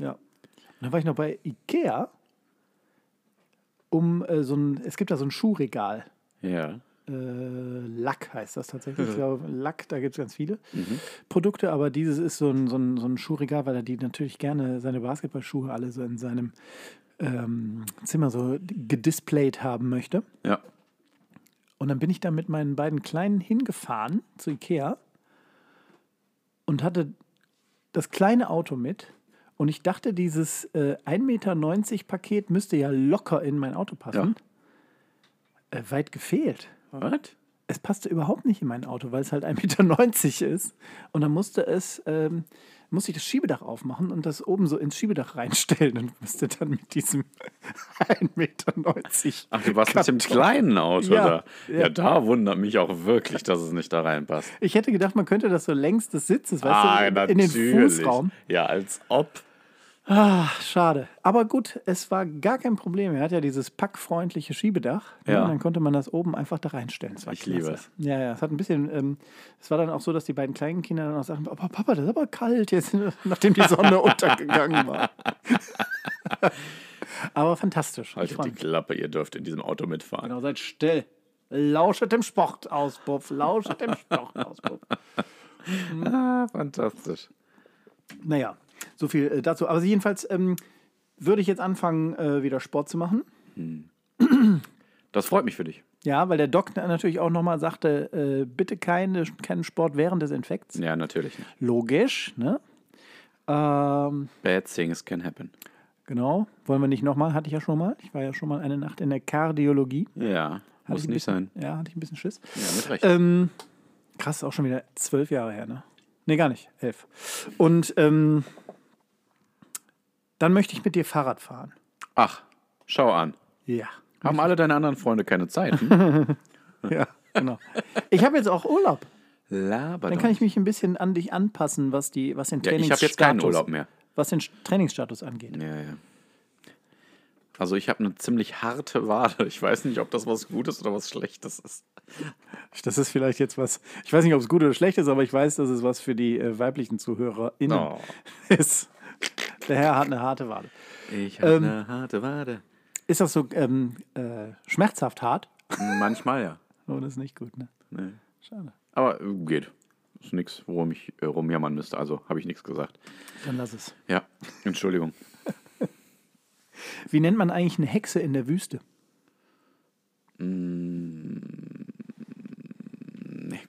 [SPEAKER 2] Ja. Und dann war ich noch bei Ikea, um äh, so ein. Es gibt da so ein Schuhregal.
[SPEAKER 1] Ja.
[SPEAKER 2] Äh, Lack heißt das tatsächlich. Ich glaube, Lack, da gibt es ganz viele Produkte, aber dieses ist so ein, so, ein, so ein Schuhregal, weil er die natürlich gerne seine Basketballschuhe alle so in seinem ähm, Zimmer so gedisplayed haben möchte.
[SPEAKER 1] Ja.
[SPEAKER 2] Und dann bin ich da mit meinen beiden Kleinen hingefahren zu Ikea und hatte das kleine Auto mit. Und ich dachte, dieses äh, 1,90 Meter Paket müsste ja locker in mein Auto passen. Äh, weit gefehlt.
[SPEAKER 1] Was?
[SPEAKER 2] Es passte überhaupt nicht in mein Auto, weil es halt 1,90 Meter ist. Und dann musste es, ähm, musste ich das Schiebedach aufmachen und das oben so ins Schiebedach reinstellen und musste dann mit diesem 1,90 Meter.
[SPEAKER 1] Ach, du warst mit dem
[SPEAKER 2] Karton-
[SPEAKER 1] kleinen Auto
[SPEAKER 2] Ja,
[SPEAKER 1] da.
[SPEAKER 2] ja.
[SPEAKER 1] Ja, da wundert mich auch wirklich, dass es nicht da reinpasst.
[SPEAKER 2] Ich hätte gedacht, man könnte das so längs des Sitzes, weißt
[SPEAKER 1] ah,
[SPEAKER 2] du, in den Fußraum.
[SPEAKER 1] Ja, als ob.
[SPEAKER 2] Ach, schade. Aber gut, es war gar kein Problem. Er hat ja dieses packfreundliche Schiebedach. ne?
[SPEAKER 1] Ja.
[SPEAKER 2] Und dann konnte man das oben einfach da reinstellen. Das war
[SPEAKER 1] Ich liebe
[SPEAKER 2] klasse. Ja, ja. Es hat ein bisschen. Ähm, es war dann auch so, dass die beiden kleinen Kinder dann auch sagten: Aber Papa, das ist aber kalt jetzt, nachdem die Sonne untergegangen war. aber fantastisch. Ich
[SPEAKER 1] Haltet
[SPEAKER 2] freu
[SPEAKER 1] Halt die
[SPEAKER 2] mich.
[SPEAKER 1] Klappe, ihr dürft in diesem Auto mitfahren.
[SPEAKER 2] Genau, seid still. Lauschet dem Sportauspuff. Lauschet dem Sportauspuff.
[SPEAKER 1] Ah, fantastisch.
[SPEAKER 2] Naja, so viel äh, dazu. Aber jedenfalls ähm, würde ich jetzt anfangen, äh, wieder Sport zu machen.
[SPEAKER 1] Das freut mich für dich.
[SPEAKER 2] Ja, weil der Doc natürlich auch nochmal sagte, äh, bitte keine, keinen Sport während des Infekts.
[SPEAKER 1] Ja, natürlich nicht.
[SPEAKER 2] Logisch, ne? Ähm,
[SPEAKER 1] Bad things can happen.
[SPEAKER 2] genau, wollen wir nicht nochmal, hatte ich ja schon mal. Ich war ja schon mal eine Nacht in der Kardiologie.
[SPEAKER 1] Ja,
[SPEAKER 2] Hatte
[SPEAKER 1] muss
[SPEAKER 2] ich ein
[SPEAKER 1] nicht sein. Äh,
[SPEAKER 2] bisschen, Ja, hatte ich ein bisschen Schiss.
[SPEAKER 1] Ja, mit Recht.
[SPEAKER 2] Ähm, krass, auch schon wieder zwölf Jahre her, ne? Nee, gar nicht, elf. Und ähm, dann möchte ich mit dir Fahrrad fahren.
[SPEAKER 1] Ach, schau an.
[SPEAKER 2] Ja.
[SPEAKER 1] Haben alle deine anderen Freunde keine Zeit? Hm?
[SPEAKER 2] Ja, genau. Ich habe jetzt auch Urlaub.
[SPEAKER 1] Laber
[SPEAKER 2] Dann
[SPEAKER 1] doch.
[SPEAKER 2] kann ich mich ein bisschen an dich anpassen, was, die, was den
[SPEAKER 1] ja,
[SPEAKER 2] Trainingsstatus
[SPEAKER 1] ich habe jetzt keinen Urlaub mehr.
[SPEAKER 2] was den Trainingsstatus angeht.
[SPEAKER 1] Ja, ja. Also ich habe eine ziemlich harte Wade. Ich weiß nicht, ob das was Gutes oder was Schlechtes ist.
[SPEAKER 2] Das ist vielleicht jetzt was, ich weiß nicht, ob es gut oder schlecht ist, aber ich weiß, dass es was für die äh, weiblichen ZuhörerInnen
[SPEAKER 1] Oh.
[SPEAKER 2] ist. Der Herr hat eine harte Wade.
[SPEAKER 1] Ich
[SPEAKER 2] Ähm.
[SPEAKER 1] habe eine harte Wade.
[SPEAKER 2] Ist das so ähm, äh, schmerzhaft hart?
[SPEAKER 1] Manchmal ja.
[SPEAKER 2] Oh, das ist nicht gut, ne?
[SPEAKER 1] Nee.
[SPEAKER 2] Schade.
[SPEAKER 1] Aber äh, geht. Ist nichts, worum ich äh, rumjammern müsste. Also habe ich nichts gesagt.
[SPEAKER 2] Dann lass es.
[SPEAKER 1] Ja, Entschuldigung.
[SPEAKER 2] Wie nennt man eigentlich eine Hexe in der Wüste?
[SPEAKER 1] Nee,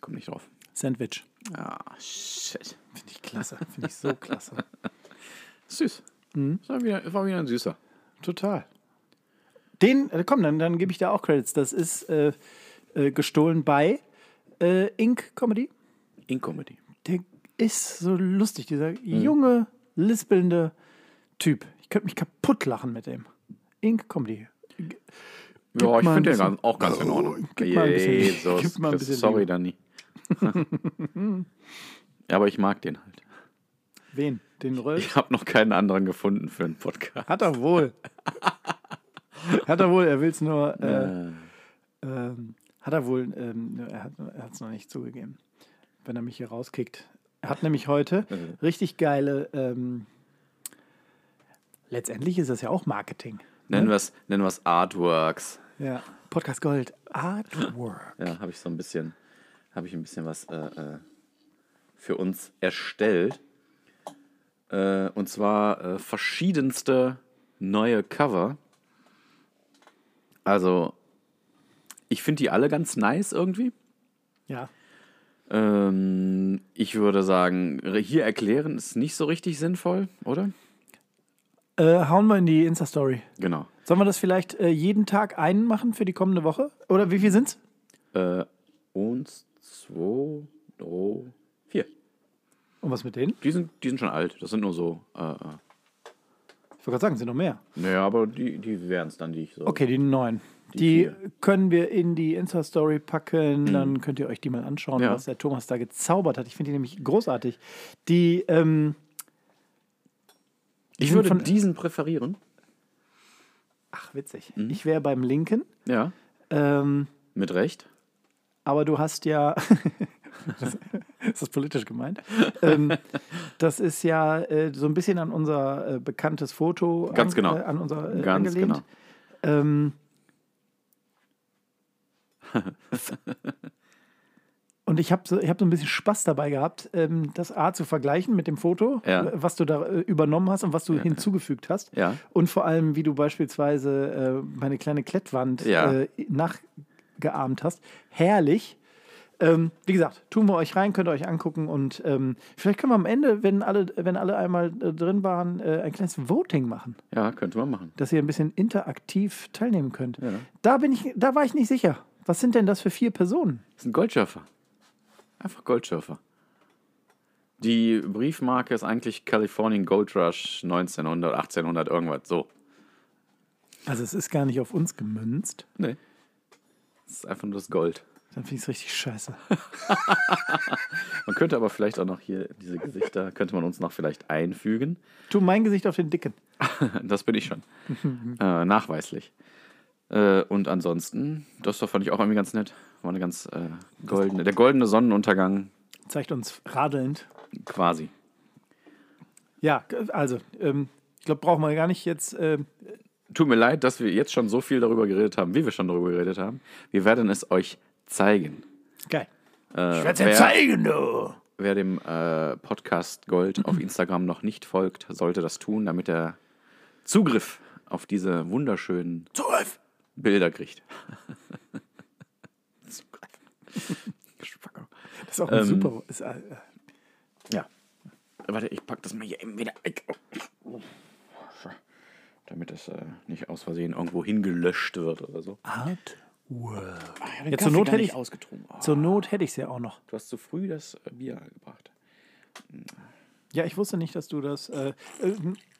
[SPEAKER 1] komm nicht drauf.
[SPEAKER 2] Sandwich.
[SPEAKER 1] Ah, shit.
[SPEAKER 2] Finde ich klasse. Finde ich so klasse.
[SPEAKER 1] Süß.
[SPEAKER 2] Mhm.
[SPEAKER 1] Es war wieder, es war wieder ein süßer.
[SPEAKER 2] Total. Den, äh, komm, dann, dann gebe ich da auch Credits. Das ist äh, äh, gestohlen bei äh, Ink Comedy.
[SPEAKER 1] In Comedy.
[SPEAKER 2] Der ist so lustig, dieser junge, lispelnde Typ. Ich könnte mich kaputt lachen mit dem. Ink Comedy.
[SPEAKER 1] Ja, ich
[SPEAKER 2] mal ein
[SPEAKER 1] finde den
[SPEAKER 2] bisschen-
[SPEAKER 1] ganz,
[SPEAKER 2] Oh,
[SPEAKER 1] auch ganz in Ordnung.
[SPEAKER 2] gib mal ein bisschen-
[SPEAKER 1] Jesus,
[SPEAKER 2] gib mal ein bisschen
[SPEAKER 1] sorry,
[SPEAKER 2] Liebe.
[SPEAKER 1] Dani. ja, aber ich mag den halt.
[SPEAKER 2] Wen? Den Röll?
[SPEAKER 1] Ich habe noch keinen anderen gefunden für einen Podcast.
[SPEAKER 2] Hat er wohl. hat er wohl, er will es nur. Äh, ähm, hat er wohl, ähm, er hat es noch nicht zugegeben, wenn er mich hier rauskickt. Er hat nämlich heute richtig geile. Ähm, letztendlich ist das ja auch Marketing. ne?
[SPEAKER 1] Nennen wir es nennen wir's Artworks.
[SPEAKER 2] Ja. Podcast Gold, Artwork.
[SPEAKER 1] Ja, habe ich so ein bisschen, habe ich ein bisschen was äh, äh, für uns erstellt. Äh, und zwar äh, verschiedenste neue Cover. Also, ich finde die alle ganz nice irgendwie.
[SPEAKER 2] Ja.
[SPEAKER 1] Ähm, ich würde sagen, re- hier erklären ist nicht so richtig sinnvoll, oder?
[SPEAKER 2] Äh, hauen wir in die Insta-Story.
[SPEAKER 1] Genau.
[SPEAKER 2] Sollen wir das vielleicht äh, jeden Tag einen machen für die kommende Woche? Oder wie viel sind's?
[SPEAKER 1] Äh, uns, zwei, drei, vier.
[SPEAKER 2] Und was mit denen?
[SPEAKER 1] Die sind, die sind schon alt. Das sind nur so. Äh, äh.
[SPEAKER 2] Ich wollte gerade sagen, sind noch mehr.
[SPEAKER 1] Naja, aber die, die wären es dann, die ich so.
[SPEAKER 2] Okay, die neuen. Die, Mhm.
[SPEAKER 1] vier.
[SPEAKER 2] können wir in die Insta-Story packen. Dann könnt ihr euch die mal anschauen,
[SPEAKER 1] Ja.
[SPEAKER 2] was der Thomas da gezaubert hat. Ich finde die nämlich großartig. Die, ähm, die
[SPEAKER 1] Ich
[SPEAKER 2] sind
[SPEAKER 1] würde
[SPEAKER 2] von,
[SPEAKER 1] diesen präferieren.
[SPEAKER 2] ach, witzig. Mhm. Ich wäre beim linken.
[SPEAKER 1] Ja.
[SPEAKER 2] Ähm,
[SPEAKER 1] Mit Recht.
[SPEAKER 2] aber du hast ja. das, ist das politisch gemeint? ähm, das ist ja äh, so ein bisschen an unser äh, bekanntes Foto.
[SPEAKER 1] Ganz genau.
[SPEAKER 2] Äh, an unser, äh,
[SPEAKER 1] Ganz
[SPEAKER 2] angelehnt.
[SPEAKER 1] genau.
[SPEAKER 2] Ähm, und ich habe so, ich hab so ein bisschen Spaß dabei gehabt, ähm, das A zu vergleichen mit dem Foto,
[SPEAKER 1] Ja.
[SPEAKER 2] äh, was du da äh, übernommen hast und was du hinzugefügt hast.
[SPEAKER 1] Ja.
[SPEAKER 2] Und vor allem, wie du beispielsweise äh, meine kleine Klettwand
[SPEAKER 1] Ja.
[SPEAKER 2] äh, nach nachgeahmt hast. Herrlich. Ähm, wie gesagt, tun wir euch rein, könnt ihr euch angucken und ähm, vielleicht können wir am Ende, wenn alle, wenn alle einmal äh, drin waren, äh, ein kleines Voting machen,
[SPEAKER 1] Ja, könnte man machen.
[SPEAKER 2] dass ihr ein bisschen interaktiv teilnehmen könnt.
[SPEAKER 1] Ja.
[SPEAKER 2] Da bin ich, da war ich nicht sicher. Was sind denn das für vier Personen?
[SPEAKER 1] Das ist ein Goldschürfer. Einfach Goldschürfer. Die Briefmarke ist eigentlich Californian Gold Rush 1900, 1800, irgendwas. So.
[SPEAKER 2] Also es ist gar nicht auf uns gemünzt.
[SPEAKER 1] Nee. Das ist einfach nur das Gold.
[SPEAKER 2] Dann finde ich es richtig scheiße.
[SPEAKER 1] Man könnte aber vielleicht auch noch hier diese Gesichter, könnte man uns noch vielleicht einfügen.
[SPEAKER 2] Tu mein Gesicht auf den Dicken.
[SPEAKER 1] Das bin ich schon. äh, nachweislich. Äh, und ansonsten, das fand ich auch irgendwie ganz nett. War eine ganz äh, goldene, der goldene Sonnenuntergang
[SPEAKER 2] Zeigt uns radelnd.
[SPEAKER 1] quasi.
[SPEAKER 2] Ja, also, ähm, ich glaube, brauchen wir gar nicht jetzt. ähm,
[SPEAKER 1] Tut mir leid, dass wir jetzt schon so viel darüber geredet haben, wie wir schon darüber geredet haben. Wir werden es euch zeigen.
[SPEAKER 2] geil.
[SPEAKER 1] Äh,
[SPEAKER 2] Werd's
[SPEAKER 1] wer,
[SPEAKER 2] dir zeigen, du!
[SPEAKER 1] wer dem äh, Podcast Gold auf Instagram noch nicht folgt, sollte das tun, damit er Zugriff auf diese wunderschönen
[SPEAKER 2] Zugriff!
[SPEAKER 1] Bilder kriegt.
[SPEAKER 2] Das ist auch
[SPEAKER 1] Ähm,
[SPEAKER 2] ein super. Ist, äh, äh,
[SPEAKER 1] Ja. Warte, ich pack das mal hier eben wieder weg. Oh. Damit das äh, nicht aus Versehen irgendwo hingelöscht wird oder so.
[SPEAKER 2] Art World.
[SPEAKER 1] Jetzt
[SPEAKER 2] zur Not hätte ich-
[SPEAKER 1] ausgetrunken. Ah,
[SPEAKER 2] Zur Not hätte ich es ja auch noch.
[SPEAKER 1] du hast zu früh das äh, Bier gebracht.
[SPEAKER 2] Ja, ich wusste nicht, dass du das äh, äh,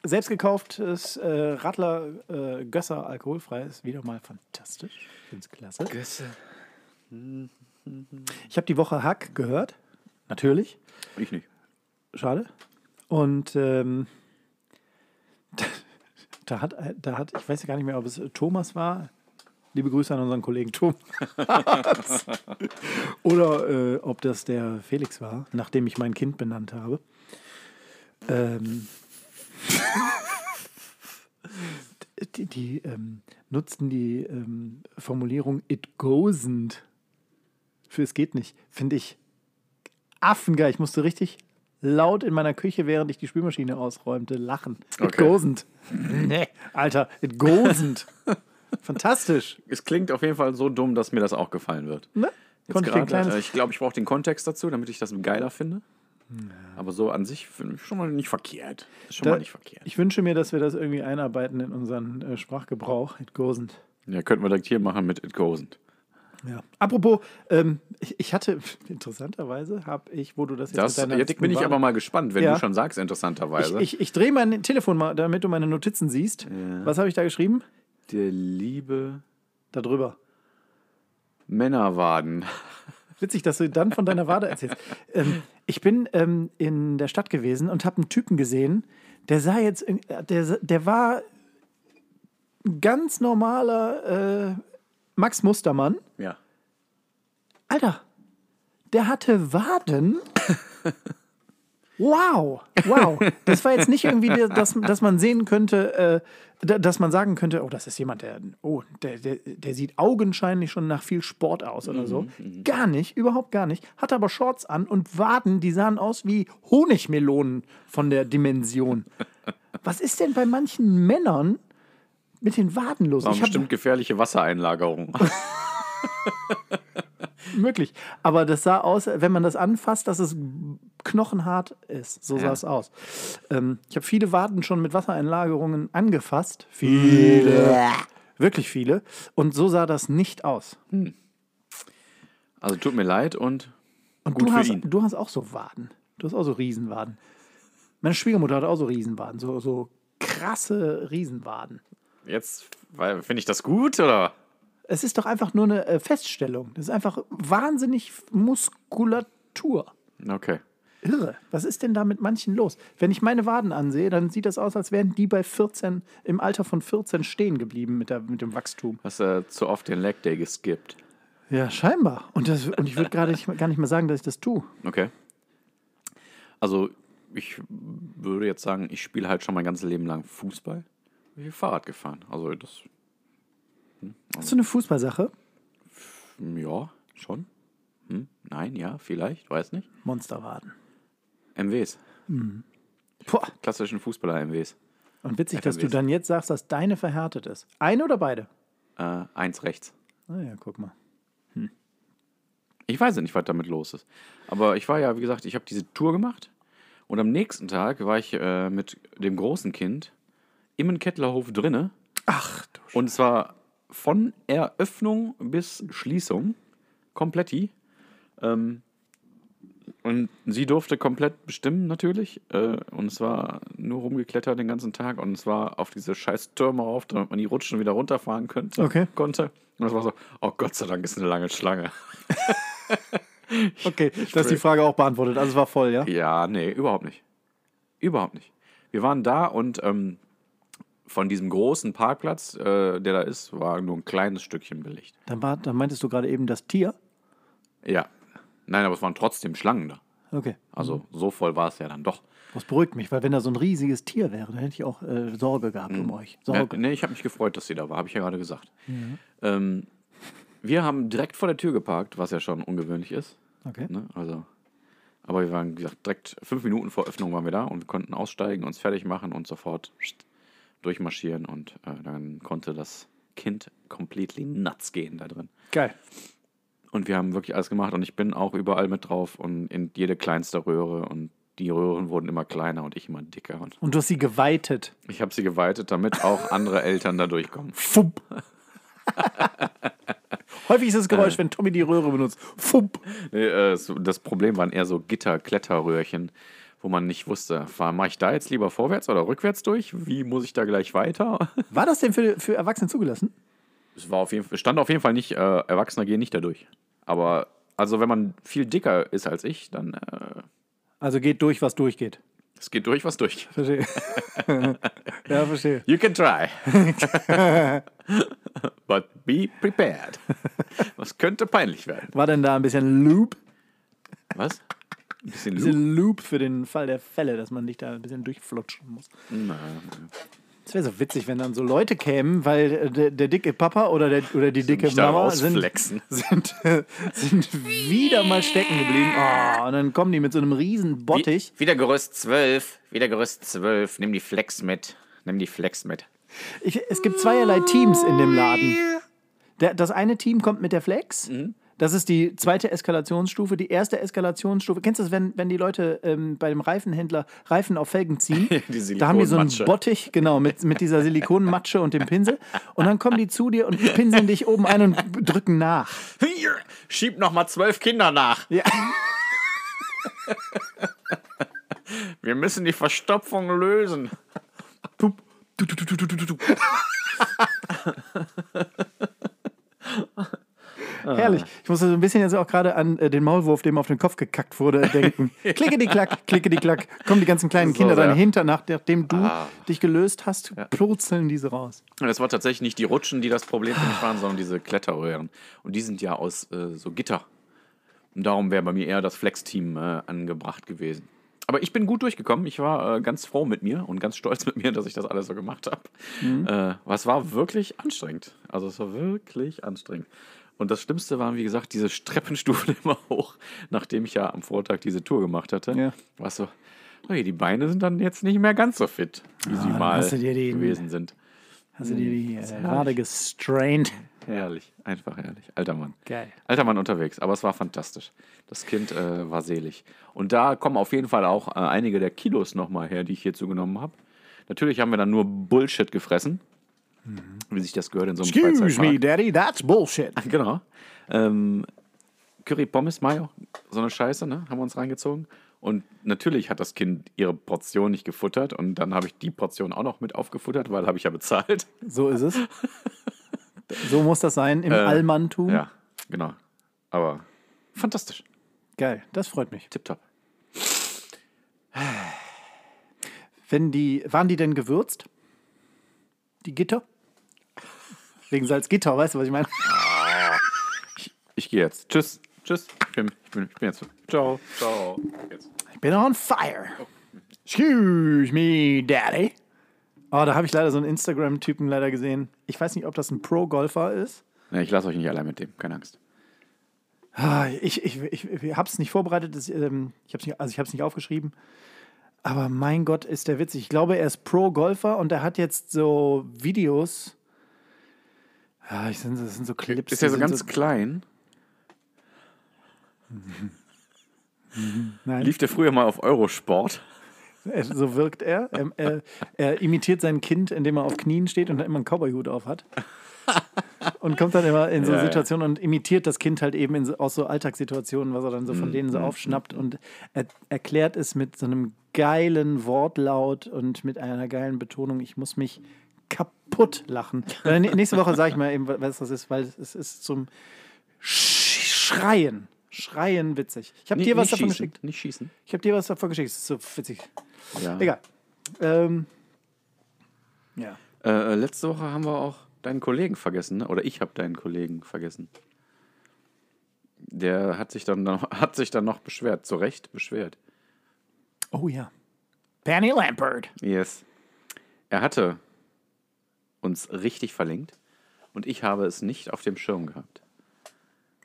[SPEAKER 2] selbst gekauftes äh, Radler äh, Gösser alkoholfrei ist. Wieder mal fantastisch. Find's klasse. Ich habe die Woche Hack gehört. Natürlich.
[SPEAKER 1] Ich nicht.
[SPEAKER 2] Schade. Und ähm, da, hat, da hat, ich weiß ja gar nicht mehr, ob es Thomas war. Liebe Grüße an unseren Kollegen Thomas. Oder äh, ob das der Felix war, nachdem ich mein Kind benannt habe. Ähm, die die ähm, nutzten die ähm, Formulierung it goesn't für es geht nicht. Finde ich affengeil. Ich musste richtig laut in meiner Küche, während ich die Spülmaschine ausräumte, lachen. It
[SPEAKER 1] Okay.
[SPEAKER 2] goesn't. Nee, Alter, it goesn't. Fantastisch.
[SPEAKER 1] Es klingt auf jeden Fall so dumm, dass mir das auch gefallen wird.
[SPEAKER 2] Ne?
[SPEAKER 1] Jetzt
[SPEAKER 2] Konnte ich dir ein
[SPEAKER 1] gerade,
[SPEAKER 2] kleines
[SPEAKER 1] äh, ich glaube, ich brauche den Kontext dazu, damit ich das geiler finde. Aber so an sich finde ich schon mal nicht verkehrt. Ist schon
[SPEAKER 2] Da-
[SPEAKER 1] mal nicht verkehrt.
[SPEAKER 2] Ich wünsche mir, dass wir das irgendwie einarbeiten in unseren äh, Sprachgebrauch. It goesn't.
[SPEAKER 1] Ja, könnten wir direkt hier machen mit It Goesn't.
[SPEAKER 2] Ja. Apropos, ähm, ich, ich hatte, interessanterweise habe ich, wo du das jetzt
[SPEAKER 1] Das,
[SPEAKER 2] mit deiner
[SPEAKER 1] jetzt
[SPEAKER 2] dicken
[SPEAKER 1] bin ich
[SPEAKER 2] Wade-
[SPEAKER 1] aber mal also. gespannt, wenn
[SPEAKER 2] Ja.
[SPEAKER 1] du schon sagst, interessanterweise.
[SPEAKER 2] Ich, ich, ich drehe mein Telefon mal, damit du meine Notizen siehst. Was habe ich da geschrieben?
[SPEAKER 1] Der liebe
[SPEAKER 2] Da drüber.
[SPEAKER 1] Männerwaden.
[SPEAKER 2] Witzig, dass du dann von deiner Wade erzählst. ähm, ich bin ähm, in der Stadt gewesen und habe einen Typen gesehen, der sah jetzt, in- der, der war ein ganz normaler äh, Max Mustermann.
[SPEAKER 1] Ja.
[SPEAKER 2] Alter, der hatte Waden. Wow, wow. Das war jetzt nicht irgendwie, der- dass, dass man sehen könnte, äh, da- dass man sagen könnte, oh, das ist jemand, der, oh, der, der, der sieht augenscheinlich schon nach viel Sport aus oder
[SPEAKER 1] Mhm,
[SPEAKER 2] so. Gar nicht, überhaupt gar nicht. Hatte aber Shorts an und Waden, die sahen aus wie Honigmelonen von der Dimension. Was ist denn bei manchen Männern mit den Waden los?
[SPEAKER 1] War
[SPEAKER 2] Ich hab-
[SPEAKER 1] bestimmt gefährliche Wassereinlagerung.
[SPEAKER 2] Möglich. Aber das sah aus, wenn man das anfasst, dass es knochenhart ist. So sah es aus. Ähm, ich habe viele Waden schon mit Wassereinlagerungen angefasst. Viele. Wirklich viele. Und so sah das nicht aus.
[SPEAKER 1] Also tut mir leid und
[SPEAKER 2] Und
[SPEAKER 1] Gut
[SPEAKER 2] du
[SPEAKER 1] für
[SPEAKER 2] hast,
[SPEAKER 1] ihn.
[SPEAKER 2] du hast auch so Waden. Du hast auch so Riesenwaden. Meine Schwiegermutter hat auch so Riesenwaden. So, so krasse Riesenwaden.
[SPEAKER 1] jetzt weil- finde ich das gut oder?
[SPEAKER 2] Es ist doch einfach nur eine äh, Feststellung. Das ist einfach wahnsinnig Muskulatur.
[SPEAKER 1] Okay.
[SPEAKER 2] Irre. Was ist denn da mit manchen los? Wenn ich meine Waden ansehe, dann sieht das aus, als wären die bei 14, im Alter von 14 stehen geblieben mit, der, mit dem Wachstum.
[SPEAKER 1] Hast äh, zu oft den Leg Day geskippt.
[SPEAKER 2] Ja, scheinbar. Und, das, und ich würde gerade nicht- gar nicht mehr sagen, dass ich das tue.
[SPEAKER 1] Okay. Also ich würde jetzt sagen, ich spiele halt schon mein ganzes Leben lang Fußball. Ich bin Fahrrad gefahren. Also das,
[SPEAKER 2] Hast du eine Fußballsache?
[SPEAKER 1] ja, schon. Hm? Nein, ja, vielleicht, weiß nicht.
[SPEAKER 2] Monsterwaden.
[SPEAKER 1] MWs,
[SPEAKER 2] Boah.
[SPEAKER 1] klassischen Fußballer-MWs.
[SPEAKER 2] Und witzig, dass du
[SPEAKER 1] FMWs.
[SPEAKER 2] dann jetzt sagst, dass deine verhärtet ist. Eine oder beide?
[SPEAKER 1] Äh, eins rechts.
[SPEAKER 2] Naja, guck mal.
[SPEAKER 1] Ich weiß ja nicht, was damit los ist. Aber ich war ja, wie gesagt, ich habe diese Tour gemacht und am nächsten Tag war ich äh, mit dem großen Kind im Kettlerhof drinne
[SPEAKER 2] Ach, du Sch-
[SPEAKER 1] und zwar von Eröffnung bis Schließung kompletti. Ähm, und sie durfte komplett bestimmen, natürlich. Äh, und es war nur rumgeklettert den ganzen Tag. Und es war auf diese scheiß Türme rauf, damit man die Rutschen wieder runterfahren könnte,
[SPEAKER 2] Okay.
[SPEAKER 1] konnte. Und es war so, oh Gott sei Dank ist eine lange Schlange.
[SPEAKER 2] Okay, das ist die Frage auch beantwortet. Also es war voll, ja?
[SPEAKER 1] Ja, nee, überhaupt nicht. Überhaupt nicht. Wir waren da und ähm, von diesem großen Parkplatz, äh, der da ist, war nur ein kleines Stückchen belegt.
[SPEAKER 2] Dann, war, dann meintest du gerade eben das Tier.
[SPEAKER 1] Ja. Nein, aber es waren trotzdem Schlangen da.
[SPEAKER 2] Okay.
[SPEAKER 1] Also so voll war es ja dann doch.
[SPEAKER 2] Das beruhigt mich, weil wenn da so ein riesiges Tier wäre, dann hätte ich auch äh, Sorge gehabt um euch.
[SPEAKER 1] Ne,
[SPEAKER 2] Sorge.
[SPEAKER 1] nee, ich habe mich gefreut, dass sie da war, habe ich ja gerade gesagt. Ähm, wir haben direkt vor der Tür geparkt, was ja schon ungewöhnlich ist.
[SPEAKER 2] Okay.
[SPEAKER 1] Ne? Also, aber wir waren, wie gesagt, direkt fünf Minuten vor Öffnung waren wir da und wir konnten aussteigen, uns fertig machen und sofort durchmarschieren und äh, dann konnte das Kind completely nuts gehen da drin.
[SPEAKER 2] Geil.
[SPEAKER 1] Und wir haben wirklich alles gemacht und ich bin auch überall mit drauf und in jede kleinste Röhre und die Röhren wurden immer kleiner und ich immer dicker und
[SPEAKER 2] Und du hast sie geweitet.
[SPEAKER 1] ich habe sie geweitet, damit auch andere Eltern da durchkommen.
[SPEAKER 2] Fump. Häufig ist das Geräusch, wenn Tommy die Röhre benutzt. Fump.
[SPEAKER 1] Nee, äh, so- das Problem waren eher so Gitter-Kletterröhrchen, wo man nicht wusste, mache ich da jetzt lieber vorwärts oder rückwärts durch? Wie muss ich da gleich weiter?
[SPEAKER 2] War das denn für, für Erwachsene zugelassen?
[SPEAKER 1] Es war auf jeden Fall, stand auf jeden Fall nicht, äh, Erwachsener gehen nicht da durch. Aber also wenn man viel dicker ist als ich, dann äh,
[SPEAKER 2] Also geht durch, was durchgeht.
[SPEAKER 1] es geht durch, was durch.
[SPEAKER 2] Verstehe. ja, verstehe.
[SPEAKER 1] You can try. But be prepared. Was könnte peinlich werden.
[SPEAKER 2] War denn da ein bisschen Loop?
[SPEAKER 1] Was? Ein bisschen
[SPEAKER 2] Ein bisschen Loop für den Fall der Fälle, dass man dich da ein bisschen durchflutschen muss. Es wäre so witzig, wenn dann so Leute kämen, weil äh, der, der dicke Papa oder, der, oder die dicke
[SPEAKER 1] mich da
[SPEAKER 2] Mama sind,
[SPEAKER 1] rausflexen.
[SPEAKER 2] sind, äh, sind wieder mal stecken geblieben. Oh, und dann kommen die mit so einem riesen Bottich.
[SPEAKER 1] Wieder Gerüst 12, wieder Gerüst 12. Nimm die Flex mit. Nimm die Flex mit.
[SPEAKER 2] Ich, es gibt zweierlei Teams in dem Laden. Der, das eine Team kommt mit der Flex.
[SPEAKER 1] Mhm.
[SPEAKER 2] Das ist die zweite Eskalationsstufe. Die erste Eskalationsstufe. Kennst du das, wenn, wenn die Leute ähm, bei dem Reifenhändler Reifen auf Felgen ziehen?
[SPEAKER 1] Die
[SPEAKER 2] da haben die so einen
[SPEAKER 1] Silikonmatsche.
[SPEAKER 2] Bottich, genau, mit, mit dieser Silikonmatsche und dem Pinsel. Und dann kommen die zu dir und pinseln dich oben ein und drücken nach.
[SPEAKER 1] Hier, Schieb nochmal zwölf Kinder nach.
[SPEAKER 2] Ja.
[SPEAKER 1] Wir müssen die Verstopfung lösen. Tup, tu, tu, tu, tu, tu, tu, tu. Ah.
[SPEAKER 2] Herrlich. Ich musste so ein bisschen jetzt auch gerade an äh, den Maulwurf, dem auf den Kopf gekackt wurde, denken. klicke die klack, klicke die klack. Kommen die ganzen kleinen Kinder
[SPEAKER 1] sehr. Ah.
[SPEAKER 2] dann hinter, nach- nachdem du dich gelöst hast, plurzeln diese raus.
[SPEAKER 1] Und es war tatsächlich nicht die Rutschen, die das Problem für mich waren, sondern diese Kletterröhren. Und die sind ja aus äh, so Gitter. Und darum wäre bei mir eher das Flex-Team äh, angebracht gewesen. Aber ich bin gut durchgekommen. Ich war äh, ganz froh mit mir und ganz stolz mit mir, dass ich das alles so gemacht habe.
[SPEAKER 2] Mhm.
[SPEAKER 1] Äh, was war wirklich anstrengend. Also es war wirklich anstrengend. Und das Schlimmste waren, wie gesagt, diese Treppenstufen immer hoch, nachdem ich ja am Vortag diese Tour gemacht hatte.
[SPEAKER 2] Ja.
[SPEAKER 1] War es so, okay, die Beine sind dann jetzt nicht mehr ganz so fit, wie sie
[SPEAKER 2] Ah, dann
[SPEAKER 1] mal
[SPEAKER 2] hast du dir den-
[SPEAKER 1] gewesen sind.
[SPEAKER 2] Hast du dir
[SPEAKER 1] Mm,
[SPEAKER 2] die äh, Rade gestraint?
[SPEAKER 1] Herrlich, einfach herrlich. Alter Mann.
[SPEAKER 2] Geil.
[SPEAKER 1] Alter Mann unterwegs, aber es war fantastisch. Das Kind äh, war selig. Und da kommen auf jeden Fall auch äh, einige der Kilos nochmal her, die ich hier zugenommen habe. Natürlich haben wir dann nur Bullshit gefressen, wie sich das gehört in so einem
[SPEAKER 2] Mhm. Excuse me,
[SPEAKER 1] Freizeitpark.
[SPEAKER 2] Daddy, that's bullshit.
[SPEAKER 1] Genau. Ähm, Curry, Pommes, Mayo, so eine Scheiße, ne? Haben wir uns reingezogen. Und natürlich hat das Kind ihre Portion nicht gefuttert. Und dann habe ich die Portion auch noch mit aufgefuttert, weil habe ich ja bezahlt.
[SPEAKER 2] So ist es. So muss das sein im Allmanntum.
[SPEAKER 1] Äh, Ja, genau. Aber fantastisch.
[SPEAKER 2] Geil, das freut mich.
[SPEAKER 1] Tipptopp.
[SPEAKER 2] Wenn die, waren die denn gewürzt? Die Gitter? Wegen Salzgitter, weißt du, was ich meine?
[SPEAKER 1] Ich gehe jetzt. Tschüss. Tschüss. Ich bin, ich bin, ich bin jetzt. Ciao. Ciao. Jetzt.
[SPEAKER 2] Ich bin on fire. Excuse me, Daddy. Oh, da habe ich leider so einen Instagram-Typen leider gesehen. Ich weiß nicht, ob das ein Pro-Golfer ist.
[SPEAKER 1] Nee, ich lasse euch nicht allein mit dem. Keine Angst.
[SPEAKER 2] Ah, Ich, ich, ich, ich habe es nicht vorbereitet, das, ähm, ich hab's nicht, also ich habe es nicht aufgeschrieben. Aber mein Gott, ist der witzig. Ich glaube, er ist Pro-Golfer und er hat jetzt so Videos. Ja, ich sind, das sind so Clips.
[SPEAKER 1] Ist ja
[SPEAKER 2] die
[SPEAKER 1] so
[SPEAKER 2] sind
[SPEAKER 1] ganz klein.
[SPEAKER 2] Nein.
[SPEAKER 1] Lief der früher mal auf Eurosport?
[SPEAKER 2] Er- Äh, So wirkt er. Er, er. er imitiert sein Kind, indem er auf Knien steht und dann immer einen Cowboy-Hut auf hat. Und kommt dann immer in so
[SPEAKER 1] Ja, ja.
[SPEAKER 2] Situationen und imitiert das Kind halt eben in so, aus so Alltagssituationen, was er dann so
[SPEAKER 1] Mhm.
[SPEAKER 2] von denen so aufschnappt und er, erklärt es mit so einem geilen Wortlaut und mit einer geilen Betonung. Ich muss mich kaputt lachen. Äh, nä- Nächste Woche sage ich mal eben, was das ist, weil es ist zum Sch Schreien. Schreien witzig. Ich habe
[SPEAKER 1] Ni-
[SPEAKER 2] dir was
[SPEAKER 1] nicht
[SPEAKER 2] davon
[SPEAKER 1] schießen,
[SPEAKER 2] geschickt.
[SPEAKER 1] Nicht schießen.
[SPEAKER 2] Ich habe dir was davon geschickt. Das ist so witzig.
[SPEAKER 1] Ja.
[SPEAKER 2] Egal. Ähm, ja.
[SPEAKER 1] Äh, äh, letzte Woche haben wir auch deinen Kollegen vergessen, ne? oder ich habe deinen Kollegen vergessen. Der hat sich dann noch, hat sich dann noch beschwert, zu Recht beschwert.
[SPEAKER 2] Oh ja. Penny Lampert.
[SPEAKER 1] Yes. Er hatte uns richtig verlinkt und ich habe es nicht auf dem Schirm gehabt.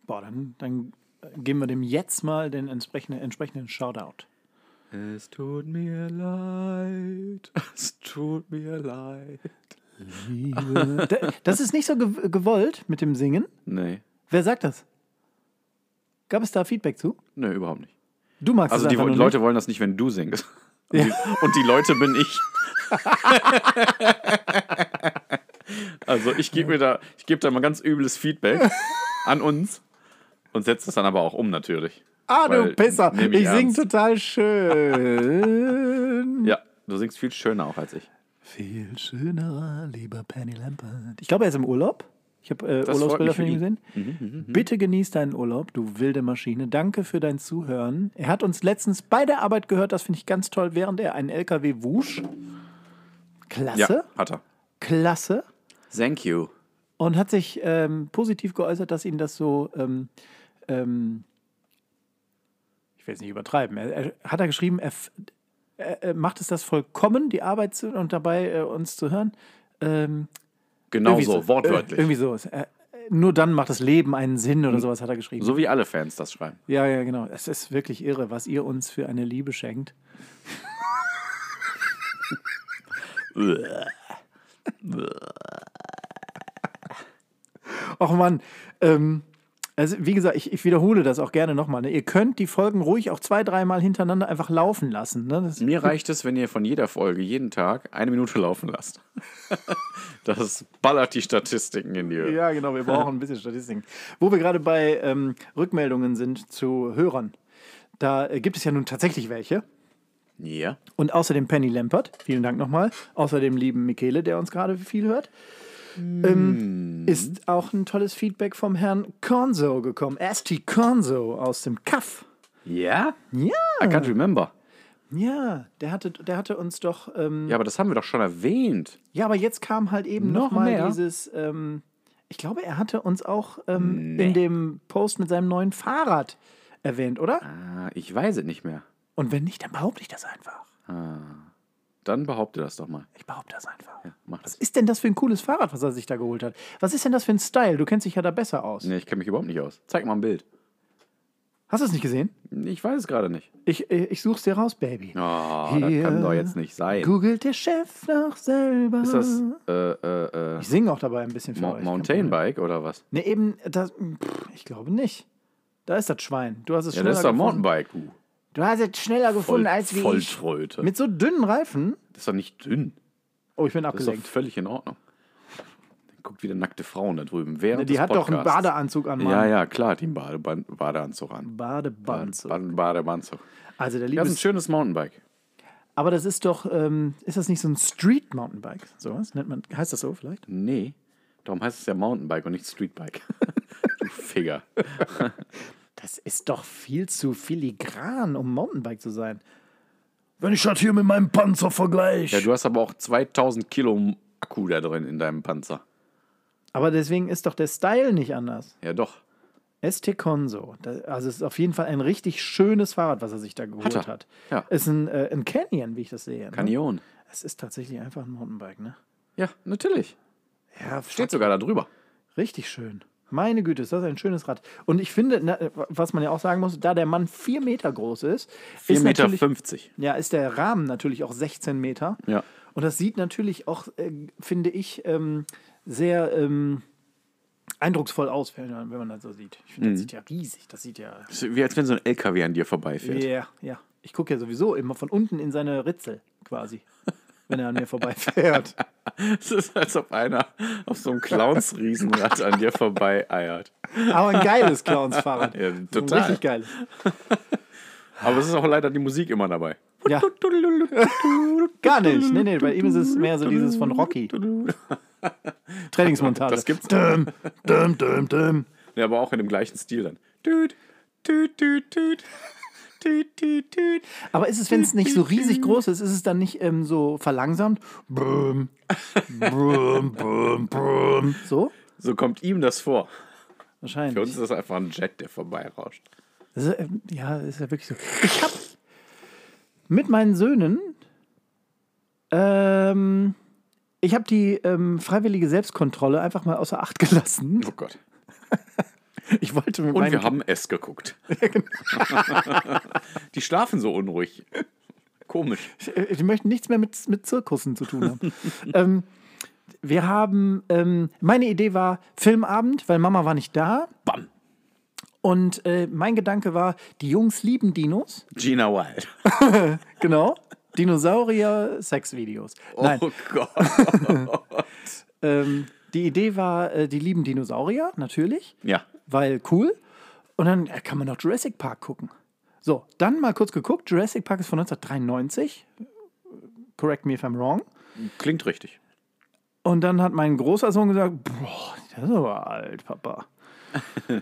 [SPEAKER 2] Boah, dann, dann geben wir dem jetzt mal den entsprechenden, entsprechenden Shoutout.
[SPEAKER 1] Es tut mir leid, es tut mir leid.
[SPEAKER 2] D- Das ist nicht so gew- gewollt mit dem Singen.
[SPEAKER 1] Nee,
[SPEAKER 2] Wer sagt das? Gab es da Feedback zu?
[SPEAKER 1] nee, überhaupt nicht.
[SPEAKER 2] Du magst
[SPEAKER 1] Also
[SPEAKER 2] es
[SPEAKER 1] die
[SPEAKER 2] einfach
[SPEAKER 1] Wo-
[SPEAKER 2] nur
[SPEAKER 1] Leute wollen das nicht, wenn du singst. Und, die, und die Leute bin ich. also ich gebe mir da, ich gebe da mal ganz übles Feedback an uns und setze das dann aber auch um natürlich.
[SPEAKER 2] nicht. Ah, du
[SPEAKER 1] weil-
[SPEAKER 2] Pisser.
[SPEAKER 1] nehm
[SPEAKER 2] Ich,
[SPEAKER 1] ich
[SPEAKER 2] sing
[SPEAKER 1] ernst.
[SPEAKER 2] total schön.
[SPEAKER 1] Ja, du singst viel schöner auch als ich.
[SPEAKER 2] Viel schöner, lieber Penny Lampert. Ich glaube, er ist im Urlaub. Ich habe äh,
[SPEAKER 1] freut
[SPEAKER 2] Urlaubsbilder
[SPEAKER 1] mich
[SPEAKER 2] von
[SPEAKER 1] für Mhm,
[SPEAKER 2] ihm gesehen. Bitte genieß deinen Urlaub, du wilde Maschine. Danke für dein Zuhören. Er hat uns letztens bei der Arbeit gehört, das finde ich ganz toll, während er einen LKW wusch.
[SPEAKER 1] Ja,
[SPEAKER 2] Klasse,
[SPEAKER 1] hat er.
[SPEAKER 2] klasse.
[SPEAKER 1] Thank you.
[SPEAKER 2] Und hat sich ähm, positiv geäußert, dass ihn das so, ähm, ähm, ich will es nicht übertreiben, er, er, hat er geschrieben, er, f- er, er macht es das vollkommen, die Arbeit zu, und dabei äh, uns zu hören. Ähm,
[SPEAKER 1] Genau
[SPEAKER 2] irgendwie
[SPEAKER 1] so, wortwörtlich.
[SPEAKER 2] Äh, irgendwie so. Äh, nur dann macht das Leben einen Sinn oder sowas hat er geschrieben.
[SPEAKER 1] so wie alle Fans das schreiben.
[SPEAKER 2] Ja, ja, genau. Es ist wirklich irre, was ihr uns für eine Liebe schenkt. Och Mann, ähm, also wie gesagt, ich, ich wiederhole das auch gerne nochmal. Ne? Ihr könnt die Folgen ruhig auch zwei, dreimal hintereinander einfach laufen lassen. Ne? Das,
[SPEAKER 1] Mir reicht es, wenn ihr von jeder Folge jeden Tag eine Minute laufen lasst. Das ballert die Statistiken in die Höhe.
[SPEAKER 2] ja, genau, wir brauchen ein bisschen Statistiken. Wo wir gerade bei ähm, Rückmeldungen sind zu Hörern, da äh, gibt es ja nun tatsächlich welche.
[SPEAKER 1] Ja.
[SPEAKER 2] Und außerdem Penny Lampert, vielen Dank nochmal. Außerdem lieben Michele, der uns gerade viel hört. Ähm, ist auch ein tolles Feedback vom Herrn Conzo gekommen. ST Conzo aus dem Kaff.
[SPEAKER 1] Ja?
[SPEAKER 2] Ja,
[SPEAKER 1] I can't remember.
[SPEAKER 2] ja, der hatte, der hatte uns doch. Ähm,
[SPEAKER 1] Ja, aber das haben wir doch schon erwähnt.
[SPEAKER 2] ja, aber jetzt kam halt eben
[SPEAKER 1] Noch
[SPEAKER 2] nochmal
[SPEAKER 1] mehr?
[SPEAKER 2] dieses. Ähm, ich glaube, er hatte uns auch ähm, in dem Post mit seinem neuen Fahrrad erwähnt, oder?
[SPEAKER 1] Ah, ich weiß es nicht mehr.
[SPEAKER 2] Und wenn nicht, dann behaupte ich das einfach.
[SPEAKER 1] Dann behaupte das doch mal.
[SPEAKER 2] Ich behaupte das einfach.
[SPEAKER 1] Mach das.
[SPEAKER 2] Was ist denn das für ein cooles Fahrrad, was er sich da geholt hat? Was ist denn das für ein Style? Du kennst dich ja da besser aus.
[SPEAKER 1] Nee, ich kenne mich überhaupt nicht aus. Zeig mal ein Bild.
[SPEAKER 2] Hast du es nicht gesehen?
[SPEAKER 1] Ich weiß es gerade nicht.
[SPEAKER 2] Ich, ich ich such's dir raus, Baby.
[SPEAKER 1] Oh,
[SPEAKER 2] Hier.
[SPEAKER 1] das kann doch jetzt nicht sein.
[SPEAKER 2] Googelt der Chef noch selber.
[SPEAKER 1] Ist das äh, äh, äh,
[SPEAKER 2] ich singe auch dabei ein bisschen für
[SPEAKER 1] Mo
[SPEAKER 2] euch.
[SPEAKER 1] Mountainbike oder was?
[SPEAKER 2] Ne, eben, das, pff, ich glaube nicht. Da ist das Schwein. Du hast es
[SPEAKER 1] Ja,
[SPEAKER 2] schneller
[SPEAKER 1] das ist doch
[SPEAKER 2] gefunden.
[SPEAKER 1] Mountainbike. Du.
[SPEAKER 2] Du hast es schneller gefunden als wie ich.
[SPEAKER 1] Volltröte.
[SPEAKER 2] Mit so dünnen Reifen.
[SPEAKER 1] Das ist doch nicht dünn.
[SPEAKER 2] Oh, ich bin
[SPEAKER 1] Das ist doch
[SPEAKER 2] abgelenkt.
[SPEAKER 1] völlig in Ordnung. Dann guckt wieder nackte Frauen da drüben. Während
[SPEAKER 2] Die
[SPEAKER 1] des
[SPEAKER 2] hat doch einen
[SPEAKER 1] Podcasts.
[SPEAKER 2] Badeanzug an, Mann.
[SPEAKER 1] Ja, ja, klar, die Badeban Badeanzug an.
[SPEAKER 2] Badebanzug.
[SPEAKER 1] Bade- Badeanzug.
[SPEAKER 2] Also der
[SPEAKER 1] Das ist
[SPEAKER 2] liebe
[SPEAKER 1] ein schönes Mountainbike.
[SPEAKER 2] Aber das ist doch, ähm, ist das nicht so ein Street Mountainbike? Sowas nennt man, heißt das so vielleicht?
[SPEAKER 1] Nee, darum heißt es ja Mountainbike und nicht Streetbike. du Finger.
[SPEAKER 2] Das ist doch viel zu filigran, um Mountainbike zu sein. Wenn ich das hier mit meinem Panzer vergleiche.
[SPEAKER 1] Ja, du hast aber auch 2000 Kilo Akku da drin in deinem Panzer.
[SPEAKER 2] Aber deswegen ist doch der Style nicht anders.
[SPEAKER 1] Ja, doch.
[SPEAKER 2] ST Conso. Da- Also es ist auf jeden Fall ein richtig schönes Fahrrad, was er sich da geholt
[SPEAKER 1] Hat
[SPEAKER 2] hat.
[SPEAKER 1] er. Ja.
[SPEAKER 2] Ist ein, äh, ein Canyon, wie ich das sehe. Ne?
[SPEAKER 1] Kanion.
[SPEAKER 2] Es ist tatsächlich einfach ein Mountainbike, ne?
[SPEAKER 1] Ja, natürlich.
[SPEAKER 2] Ja,
[SPEAKER 1] Steht sogar da drüber.
[SPEAKER 2] Richtig schön. Meine Güte, ist das ein schönes Rad. Und ich finde, na, was man ja auch sagen muss, da der Mann vier Meter groß ist,
[SPEAKER 1] 4,50
[SPEAKER 2] ist
[SPEAKER 1] Meter.
[SPEAKER 2] natürlich-
[SPEAKER 1] 50.
[SPEAKER 2] Ja, ist der Rahmen natürlich auch 16 Meter.
[SPEAKER 1] Ja.
[SPEAKER 2] Und das sieht natürlich auch, äh, finde ich, ähm, sehr ähm, eindrucksvoll aus, wenn man, wenn man das so sieht. Ich
[SPEAKER 1] Mhm.
[SPEAKER 2] finde, das sieht ja riesig. Das sieht ja.
[SPEAKER 1] Es ist Wie als wenn so ein LKW an dir
[SPEAKER 2] Ja,
[SPEAKER 1] vorbeifährt.
[SPEAKER 2] ja. Ich gucke ja sowieso immer von unten in seine Ritzel quasi, wenn er an mir vorbeifährt.
[SPEAKER 1] Es ist, als ob einer auf so einem Clowns-Riesenrad an dir vorbei eiert.
[SPEAKER 2] Aber ein geiles Clowns-Fahrrad.
[SPEAKER 1] Ja,
[SPEAKER 2] So ein
[SPEAKER 1] total.
[SPEAKER 2] Richtig geil.
[SPEAKER 1] Aber es ist auch leider die Musik immer dabei.
[SPEAKER 2] Ja. Gar nicht. Nee, nee, bei ihm ist es mehr so Also dieses von Rocky. Trainingsmontage.
[SPEAKER 1] Das gibt's.
[SPEAKER 2] Düm, düm, düm, düm.
[SPEAKER 1] Ja, aber auch in dem gleichen Stil dann. Tüt, tüt, tüt, tüt. Tüt, tüt, tüt.
[SPEAKER 2] Aber ist es, wenn es nicht so riesig groß ist, ist es dann nicht ähm, so verlangsamt? Brüm, brüm, brüm, brüm. So?
[SPEAKER 1] So kommt ihm das vor. Für uns
[SPEAKER 2] Wahrscheinlich.
[SPEAKER 1] ist das einfach ein Jet, der vorbeirauscht.
[SPEAKER 2] Das ist, ähm, ja, das ist ja wirklich so. Ich hab mit meinen Söhnen, ähm, ich habe die ähm, freiwillige Selbstkontrolle einfach mal außer Acht gelassen.
[SPEAKER 1] Oh Gott.
[SPEAKER 2] Ich wollte mit
[SPEAKER 1] Und
[SPEAKER 2] meinen
[SPEAKER 1] wir haben es geguckt. die schlafen so unruhig. Komisch.
[SPEAKER 2] Ich, ich möchte Äh, nichts mehr mit, mit Zirkussen zu tun haben. ähm, wir haben, ähm, meine Idee war Filmabend, weil Mama war nicht da.
[SPEAKER 1] Bam.
[SPEAKER 2] Und äh, mein Gedanke war, die Jungs lieben Dinos.
[SPEAKER 1] Gina Wild.
[SPEAKER 2] Genau. Dinosaurier, Sexvideos. Nein,
[SPEAKER 1] Oh Gott.
[SPEAKER 2] ähm, die Idee war, äh, die lieben Dinosaurier, natürlich.
[SPEAKER 1] Ja.
[SPEAKER 2] weil cool. Und dann äh, kann man noch Jurassic Park gucken. So, dann mal kurz geguckt. Jurassic Park ist von 1993. Correct me if I'm wrong.
[SPEAKER 1] Klingt richtig.
[SPEAKER 2] Und dann hat mein großer Sohn gesagt, boah, das ist aber alt, Papa.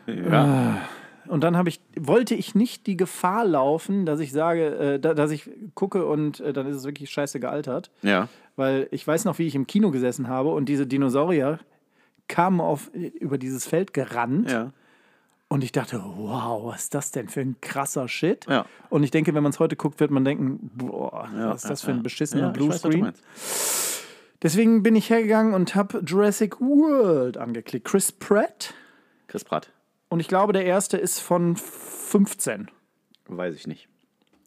[SPEAKER 2] Äh, Und dann habe ich, wollte ich nicht die Gefahr laufen, dass ich sage, äh, da, dass ich gucke und äh, dann ist es wirklich scheiße gealtert.
[SPEAKER 1] Ja.
[SPEAKER 2] Weil ich weiß noch, wie ich im Kino gesessen habe und diese Dinosaurier kamen auf, über dieses Feld gerannt.
[SPEAKER 1] Ja.
[SPEAKER 2] Und ich dachte, wow, was ist das denn für ein krasser Shit?
[SPEAKER 1] Ja.
[SPEAKER 2] Und ich denke, wenn man es heute guckt, wird man denken, boah, was ist das für ein beschissener
[SPEAKER 1] ja ich weiß, was du
[SPEAKER 2] Bluescreen?
[SPEAKER 1] meinst.
[SPEAKER 2] Deswegen bin ich hergegangen und habe Jurassic World angeklickt. Chris Pratt.
[SPEAKER 1] Chris Pratt.
[SPEAKER 2] Und ich glaube, der erste ist von 15.
[SPEAKER 1] Weiß ich nicht.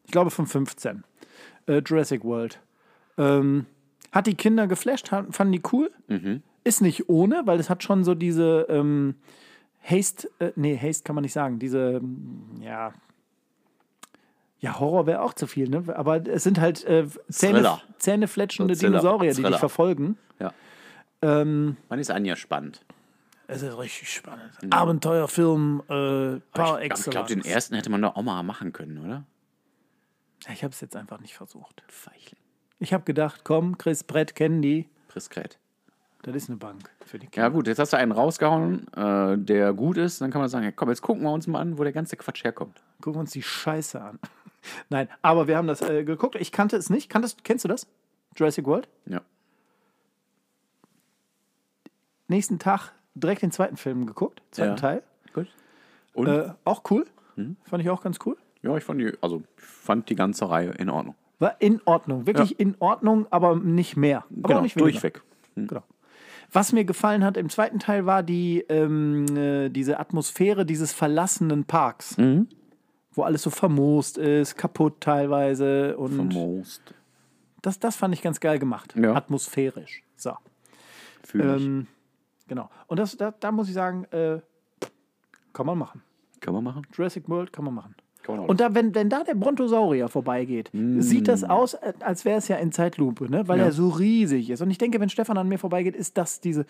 [SPEAKER 2] Ich glaube, von 15. Äh, Jurassic World. Ähm, hat die Kinder geflasht, ha- fanden die cool.
[SPEAKER 1] Mhm.
[SPEAKER 2] Ist nicht ohne, weil es hat schon so diese ähm, Haste, äh, nee, Haste kann man nicht sagen, diese, mm, ja, ja, Horror wäre auch zu viel, ne? aber es sind halt äh, Zähne,
[SPEAKER 1] Thriller.
[SPEAKER 2] zähnefletschende
[SPEAKER 1] So Thriller,
[SPEAKER 2] Dinosaurier, die
[SPEAKER 1] Thriller.
[SPEAKER 2] dich verfolgen.
[SPEAKER 1] Ja.
[SPEAKER 2] Ähm,
[SPEAKER 1] Man ist Anja spannend.
[SPEAKER 2] es ist richtig spannend. Abenteuerfilm äh, par
[SPEAKER 1] Ich glaube,
[SPEAKER 2] excellence.
[SPEAKER 1] glaub, den ersten hätte man doch auch mal machen können, oder?
[SPEAKER 2] ich habe es jetzt einfach nicht versucht.
[SPEAKER 1] Feichling.
[SPEAKER 2] Ich habe gedacht, komm, Chris Brett kennen die.
[SPEAKER 1] Chris Krett.
[SPEAKER 2] Das ist eine Bank für die Kinder.
[SPEAKER 1] Ja, gut, jetzt hast du einen rausgehauen, äh, der gut ist. Dann kann man sagen: ja, Komm, jetzt gucken wir uns mal an, wo der ganze Quatsch herkommt.
[SPEAKER 2] Gucken wir uns die Scheiße an. Nein, aber wir haben das äh, geguckt. Ich kannte es nicht. Kanntest, kennst du das? Jurassic World?
[SPEAKER 1] Ja.
[SPEAKER 2] Nächsten Tag direkt den zweiten Film geguckt, zweiten
[SPEAKER 1] Ja. Mhm.
[SPEAKER 2] Teil.
[SPEAKER 1] Gut. Und?
[SPEAKER 2] Äh, auch cool. Fand ich auch ganz cool.
[SPEAKER 1] Ja, ich fand die, also, ich fand die ganze Reihe in Ordnung.
[SPEAKER 2] War in Ordnung. Wirklich in Ordnung, aber nicht mehr. Aber auch nicht
[SPEAKER 1] Genau,
[SPEAKER 2] weniger.
[SPEAKER 1] durchweg.
[SPEAKER 2] Genau. Was mir gefallen hat im zweiten Teil war die, ähm, äh, diese Atmosphäre dieses verlassenen Parks.
[SPEAKER 1] Mhm.
[SPEAKER 2] Wo alles so vermoost ist, kaputt teilweise. Und
[SPEAKER 1] Most.
[SPEAKER 2] Das, das fand ich ganz geil gemacht.
[SPEAKER 1] Ja.
[SPEAKER 2] Atmosphärisch. So.
[SPEAKER 1] Fühl ich.
[SPEAKER 2] Ähm, genau. Und das, da, da muss ich sagen, äh, kann man machen.
[SPEAKER 1] Kann man machen?
[SPEAKER 2] Jurassic World kann man machen.
[SPEAKER 1] Kann man auch. Mm.
[SPEAKER 2] Und da, wenn, wenn da der Brontosaurier vorbeigeht, sieht das aus, äh, als wäre es ja in Zeitlupe, ne? weil er so riesig ist. Und ich denke, wenn Stefan an mir vorbeigeht, ist das diese.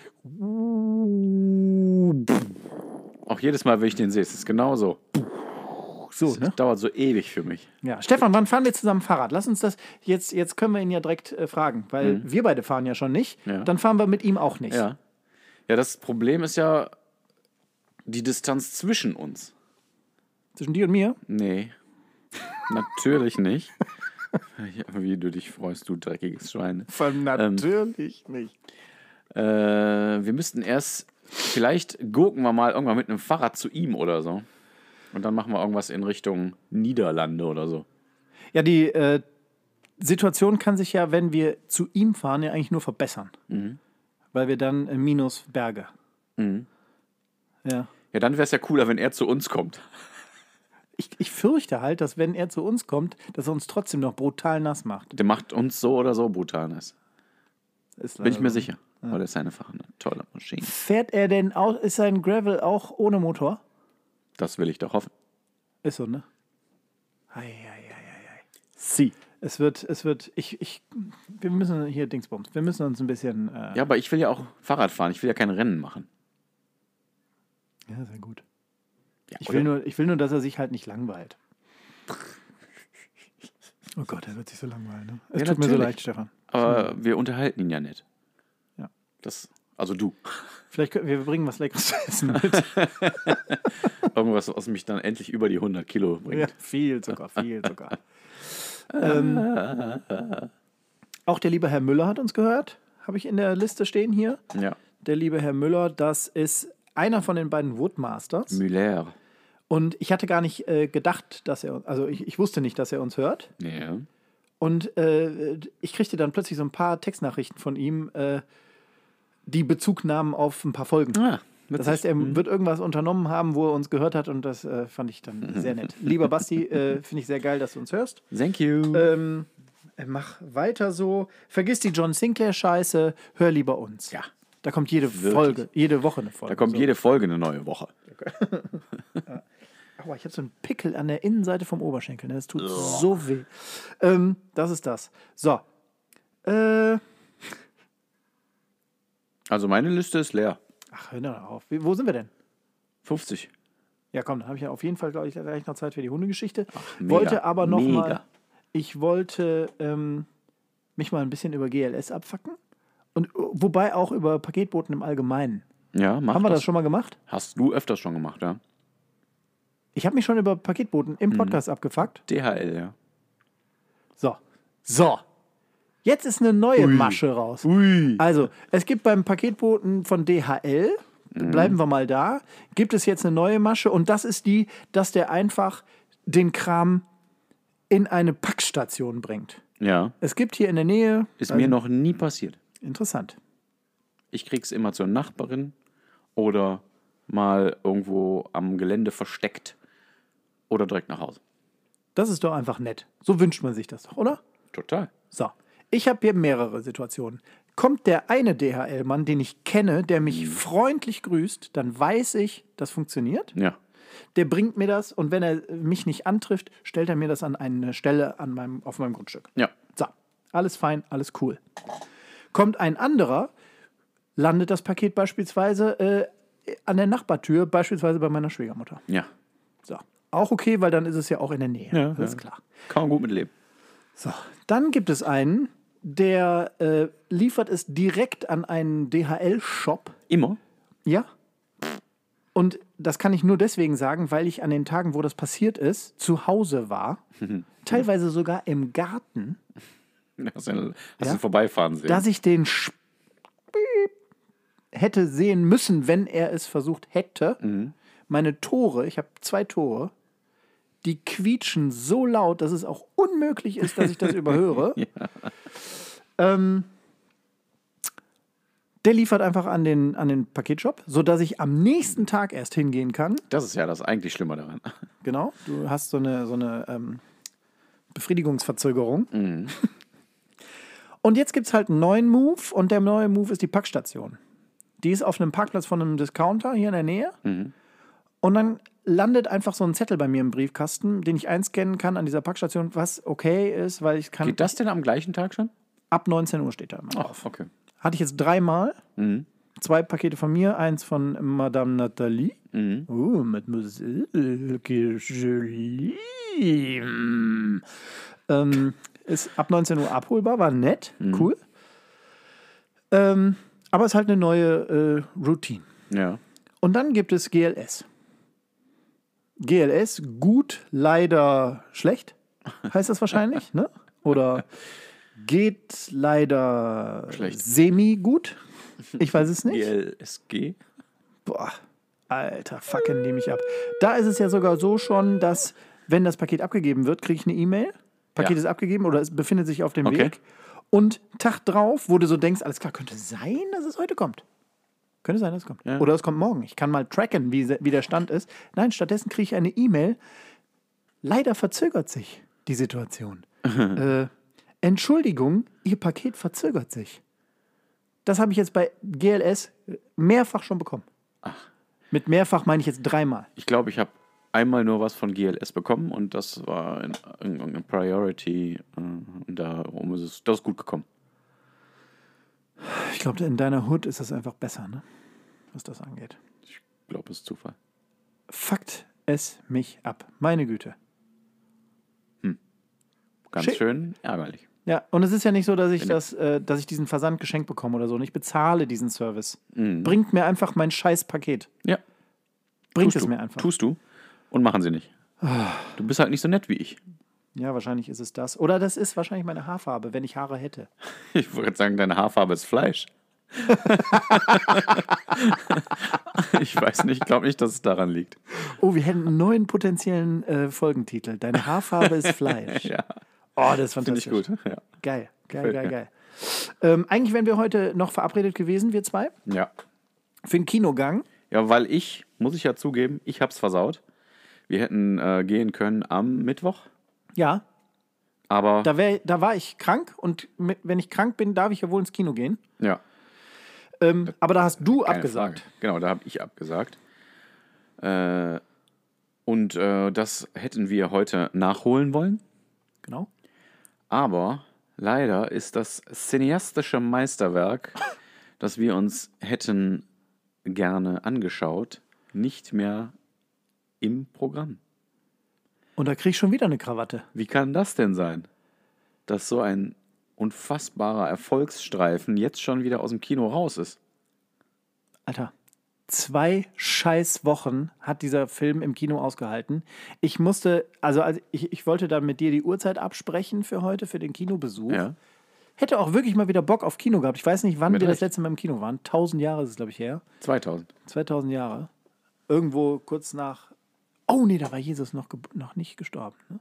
[SPEAKER 1] auch jedes Mal, wenn ich den sehe, ist es genauso.
[SPEAKER 2] So,
[SPEAKER 1] Das
[SPEAKER 2] ne?
[SPEAKER 1] dauert so ewig für mich.
[SPEAKER 2] Ja. Stefan, wann fahren wir zusammen Fahrrad? Lass uns das. Jetzt, jetzt können wir ihn ja direkt äh, fragen, weil wir beide fahren ja schon nicht.
[SPEAKER 1] Mhm. Ja.
[SPEAKER 2] Dann fahren wir mit ihm auch nicht.
[SPEAKER 1] Ja. Ja, das Problem ist ja die Distanz zwischen uns.
[SPEAKER 2] Zwischen dir und mir.
[SPEAKER 1] Nee. Natürlich nicht. Ja, Wie du dich freust, du dreckiges Schwein.
[SPEAKER 2] Natürlich nicht.
[SPEAKER 1] Äh, wir müssten erst, vielleicht gurken wir mal irgendwann mit einem Fahrrad zu ihm oder so. Und dann machen wir irgendwas in Richtung Niederlande oder so.
[SPEAKER 2] Ja, die äh, Situation kann sich ja, wenn wir zu ihm fahren, ja eigentlich nur verbessern.
[SPEAKER 1] Mhm.
[SPEAKER 2] Weil wir dann äh, minus Berge. Ja.
[SPEAKER 1] Ja, dann wäre es ja cooler, wenn er zu uns kommt.
[SPEAKER 2] Ich, ich fürchte halt, dass wenn er zu uns kommt, dass er uns trotzdem noch brutal nass macht.
[SPEAKER 1] Der macht uns so oder so brutal nass.
[SPEAKER 2] Ist
[SPEAKER 1] Bin ich
[SPEAKER 2] leider
[SPEAKER 1] mir
[SPEAKER 2] so.
[SPEAKER 1] sicher. Weil das ist einfach eine tolle Maschine.
[SPEAKER 2] Fährt er denn auch, ist sein Gravel auch ohne Motor?
[SPEAKER 1] Das will ich doch hoffen.
[SPEAKER 2] Ist so, ne? Eieieiei.
[SPEAKER 1] Sie.
[SPEAKER 2] Es wird, es wird, ich, ich, wir müssen hier Dingsbums, wir müssen uns ein bisschen. Äh,
[SPEAKER 1] Ja, aber ich will ja auch Fahrrad fahren. Ich will ja kein Rennen machen.
[SPEAKER 2] ja, sehr gut.
[SPEAKER 1] Ja,
[SPEAKER 2] Ich
[SPEAKER 1] oder?
[SPEAKER 2] will, nur, ich will nur, dass er sich halt nicht langweilt. Oh Gott, er wird sich so langweilen. Ne? Es
[SPEAKER 1] Ja,
[SPEAKER 2] tut mir so
[SPEAKER 1] natürlich.
[SPEAKER 2] leid, Stefan.
[SPEAKER 1] aber wir unterhalten ihn ja nicht.
[SPEAKER 2] Ja.
[SPEAKER 1] Das, also du.
[SPEAKER 2] Vielleicht können wir bringen was Leckeres zu essen mit.
[SPEAKER 1] Irgendwas, was mich dann endlich über die 100 Kilo
[SPEAKER 2] ja,
[SPEAKER 1] bringt.
[SPEAKER 2] viel sogar, viel sogar. ähm, auch der liebe Herr Müller hat uns gehört, habe ich in der Liste stehen hier.
[SPEAKER 1] Ja.
[SPEAKER 2] Der liebe Herr Müller, das ist einer von den beiden Woodmasters.
[SPEAKER 1] Müller.
[SPEAKER 2] Und ich hatte gar nicht äh, gedacht, dass er, also ich, ich wusste nicht, dass er uns hört.
[SPEAKER 1] Ja.
[SPEAKER 2] Und äh, ich kriegte dann plötzlich so ein paar Textnachrichten von ihm, äh, die Bezug nahmen auf ein paar Folgen.
[SPEAKER 1] Ah,
[SPEAKER 2] Das heißt, er wird irgendwas unternommen haben, wo er uns gehört hat und das äh, fand ich dann sehr nett. Lieber Basti, äh, finde ich sehr geil, dass du uns hörst.
[SPEAKER 1] Thank you.
[SPEAKER 2] Ähm, mach weiter so. Vergiss die John Sinclair-Scheiße, hör lieber uns.
[SPEAKER 1] Ja.
[SPEAKER 2] Da kommt jede Folge, jede Woche eine Folge.
[SPEAKER 1] da kommt
[SPEAKER 2] so.
[SPEAKER 1] jede Folge eine neue Woche.
[SPEAKER 2] Aua, ich habe so einen Pickel an der Innenseite vom Oberschenkel. Ne? Das tut so weh. Ähm, das ist das. So. Äh,
[SPEAKER 1] Also meine Liste ist leer.
[SPEAKER 2] ach, hör doch auf. Wie, wo sind wir denn?
[SPEAKER 1] 50.
[SPEAKER 2] Ja, komm, dann habe ich ja auf jeden Fall, glaube ich, gleich noch Zeit für die Hundegeschichte.
[SPEAKER 1] mega,
[SPEAKER 2] wollte aber noch mal,
[SPEAKER 1] mega.
[SPEAKER 2] ich wollte ähm, mich mal ein bisschen über GLS abfacken. Und äh, wobei auch über Paketboten im Allgemeinen.
[SPEAKER 1] Ja, mach
[SPEAKER 2] Haben wir
[SPEAKER 1] das.
[SPEAKER 2] das schon mal gemacht?
[SPEAKER 1] Hast du öfters schon gemacht, ja?
[SPEAKER 2] Ich habe mich schon über Paketboten
[SPEAKER 1] Hm.
[SPEAKER 2] im Podcast abgefuckt.
[SPEAKER 1] DHL, ja.
[SPEAKER 2] So. So. Jetzt ist eine neue Masche raus.
[SPEAKER 1] Ui.
[SPEAKER 2] Also, es gibt beim Paketboten von DHL, bleiben wir mal da, gibt es jetzt eine neue Masche und das ist die, dass der einfach den Kram in eine Packstation bringt.
[SPEAKER 1] Ja,
[SPEAKER 2] Es gibt hier in der Nähe.
[SPEAKER 1] ist mir noch nie passiert.
[SPEAKER 2] Interessant.
[SPEAKER 1] Ich krieg's immer zur Nachbarin oder mal irgendwo am Gelände versteckt oder direkt nach Hause.
[SPEAKER 2] Das ist doch einfach nett. So wünscht man sich das doch, oder?
[SPEAKER 1] Total.
[SPEAKER 2] So, ich habe hier mehrere Situationen. Kommt der eine DHL-Mann, den ich kenne, der mich freundlich grüßt, dann weiß ich, das funktioniert.
[SPEAKER 1] Ja.
[SPEAKER 2] Der bringt mir das und wenn er mich nicht antrifft, stellt er mir das an eine Stelle an meinem, auf meinem Grundstück.
[SPEAKER 1] Ja.
[SPEAKER 2] So, alles fein, alles cool. Kommt ein anderer, landet das Paket beispielsweise äh, an der Nachbartür, beispielsweise bei meiner Schwiegermutter.
[SPEAKER 1] Ja.
[SPEAKER 2] So, auch okay, weil dann ist es ja auch in der Nähe.
[SPEAKER 1] Ja,
[SPEAKER 2] das ist
[SPEAKER 1] ja.
[SPEAKER 2] klar.
[SPEAKER 1] Kann man gut mitleben.
[SPEAKER 2] So, dann gibt es einen, der äh, liefert es direkt an einen DHL-Shop.
[SPEAKER 1] Immer?
[SPEAKER 2] Ja. Und das kann ich nur deswegen sagen, weil ich an den Tagen, wo das passiert ist, zu Hause war, teilweise sogar im Garten,
[SPEAKER 1] Hast du einen- hast du vorbeifahren sehen?
[SPEAKER 2] dass ich den Sch hätte sehen müssen, wenn er es versucht hätte. Meine Tore, ich habe zwei Tore, die quietschen so laut, dass es auch unmöglich ist, dass ich das überhöre. Ähm, der liefert einfach an den, an den Paketshop, sodass ich am nächsten Tag erst hingehen kann.
[SPEAKER 1] das ist ja das eigentlich Schlimme daran.
[SPEAKER 2] Genau. Du hast so eine, so eine ähm, Befriedigungsverzögerung. Und jetzt gibt es halt einen neuen Move und der neue Move ist die Packstation. Die ist auf einem Parkplatz von einem Discounter hier in der Nähe. Und dann landet einfach so ein Zettel bei mir im Briefkasten, den ich einscannen kann an dieser Packstation, was okay ist, weil ich kann
[SPEAKER 1] Geht das denn am gleichen Tag schon?
[SPEAKER 2] ab 19 Uhr steht da immer.
[SPEAKER 1] Ach, okay.
[SPEAKER 2] Hatte ich jetzt dreimal. Zwei Pakete von mir, eins von Madame Nathalie. Oh, Mademoiselle Jolie. Ähm, ist ab 19 Uhr abholbar, war nett, cool. Ähm, aber ist halt eine neue äh, Routine.
[SPEAKER 1] Ja.
[SPEAKER 2] Und dann gibt es GLS. GLS, gut, leider schlecht, heißt das wahrscheinlich, ne? Oder geht leider
[SPEAKER 1] Schlecht.
[SPEAKER 2] semi-gut? Ich weiß es nicht.
[SPEAKER 1] GLSG?
[SPEAKER 2] Boah, alter, fucking nehme ich ab. Da ist es ja sogar so schon, dass, wenn das Paket abgegeben wird, kriege ich eine E-Mail.
[SPEAKER 1] Ja.
[SPEAKER 2] Paket ist abgegeben oder es befindet sich auf dem
[SPEAKER 1] Okay.
[SPEAKER 2] Weg. Und Tag drauf, wo du so denkst, alles klar, könnte sein, dass es heute kommt. Könnte sein, dass es kommt. Oder es kommt morgen. Ich kann mal tracken, wie, se- wie der Stand ist. Nein, stattdessen kriege ich eine E-Mail. Leider verzögert sich die Situation. äh, Entschuldigung, Ihr Paket verzögert sich. Das habe ich jetzt bei GLS mehrfach schon bekommen. Mit mehrfach meine ich jetzt dreimal.
[SPEAKER 1] Ich glaube, ich habe einmal nur was von GLS bekommen und das war in irgendeinem Priority. äh, Und darum ist es, das ist gut gekommen.
[SPEAKER 2] Ich glaube, in deiner Hood ist das einfach besser, ne? was das angeht.
[SPEAKER 1] Ich glaube, es ist Zufall.
[SPEAKER 2] Fuckt es mich ab. Meine Güte.
[SPEAKER 1] Ganz
[SPEAKER 2] Schick.
[SPEAKER 1] schön ärgerlich.
[SPEAKER 2] Ja, und es ist ja nicht so, dass ich,
[SPEAKER 1] Wenn-
[SPEAKER 2] das, äh, dass ich diesen Versand geschenkt bekomme oder so. Und ich bezahle diesen Service. Bringt mir einfach mein scheiß Paket.
[SPEAKER 1] Mhm. Ja,
[SPEAKER 2] Bringt
[SPEAKER 1] tust
[SPEAKER 2] es
[SPEAKER 1] du.
[SPEAKER 2] mir einfach. Ah.
[SPEAKER 1] Tust du und machen sie nicht. Du bist halt nicht so nett wie ich.
[SPEAKER 2] Ja, wahrscheinlich ist es das. Oder das ist wahrscheinlich meine Haarfarbe, wenn ich Haare hätte.
[SPEAKER 1] Ich wollte sagen, deine Haarfarbe ist Fleisch. ich weiß nicht, ich glaube nicht, dass es daran liegt.
[SPEAKER 2] Oh, wir hätten einen neuen potenziellen äh, Folgentitel. Deine Haarfarbe ist Fleisch.
[SPEAKER 1] Ja,
[SPEAKER 2] Oh, das ist
[SPEAKER 1] finde
[SPEAKER 2] fantastisch.
[SPEAKER 1] ich gut. Ja.
[SPEAKER 2] Geil, geil,
[SPEAKER 1] Gefällt
[SPEAKER 2] geil,
[SPEAKER 1] mir.
[SPEAKER 2] geil. Ähm, eigentlich wären wir heute noch verabredet gewesen, wir zwei,
[SPEAKER 1] ja.
[SPEAKER 2] für den Kinogang.
[SPEAKER 1] Ja, weil ich, muss ich ja zugeben, ich hab's versaut. Wir hätten äh, gehen können am Mittwoch,
[SPEAKER 2] Ja,
[SPEAKER 1] aber
[SPEAKER 2] da, wär, da war ich krank und mit, wenn ich krank bin, darf ich ja wohl ins Kino gehen.
[SPEAKER 1] ja,
[SPEAKER 2] Ähm, aber da hast du
[SPEAKER 1] keine
[SPEAKER 2] abgesagt.
[SPEAKER 1] Frage. Genau, da habe ich abgesagt. Äh, und äh, das hätten wir heute nachholen wollen.
[SPEAKER 2] Genau.
[SPEAKER 1] Aber leider ist das cineastische Meisterwerk, das wir uns hätten gerne angeschaut, nicht mehr im Programm.
[SPEAKER 2] Und da krieg ich schon wieder eine Krawatte.
[SPEAKER 1] Wie kann das denn sein, dass so ein unfassbarer Erfolgsstreifen jetzt schon wieder aus dem Kino raus ist?
[SPEAKER 2] Alter, zwei scheiß Wochen hat dieser Film im Kino ausgehalten. Ich musste, also, als ich, ich wollte dann mit dir die Uhrzeit absprechen für heute, für den Kinobesuch. Hätte auch wirklich mal wieder Bock auf Kino gehabt. Ich weiß nicht, wann
[SPEAKER 1] Mit
[SPEAKER 2] wir das
[SPEAKER 1] Recht.
[SPEAKER 2] letzte Mal im Kino waren. Tausend Jahre ist es, glaube ich, her.
[SPEAKER 1] 2000.
[SPEAKER 2] 2000 Jahre. Irgendwo kurz nach. Oh nee, da war Jesus noch, geb- noch nicht gestorben. Ne?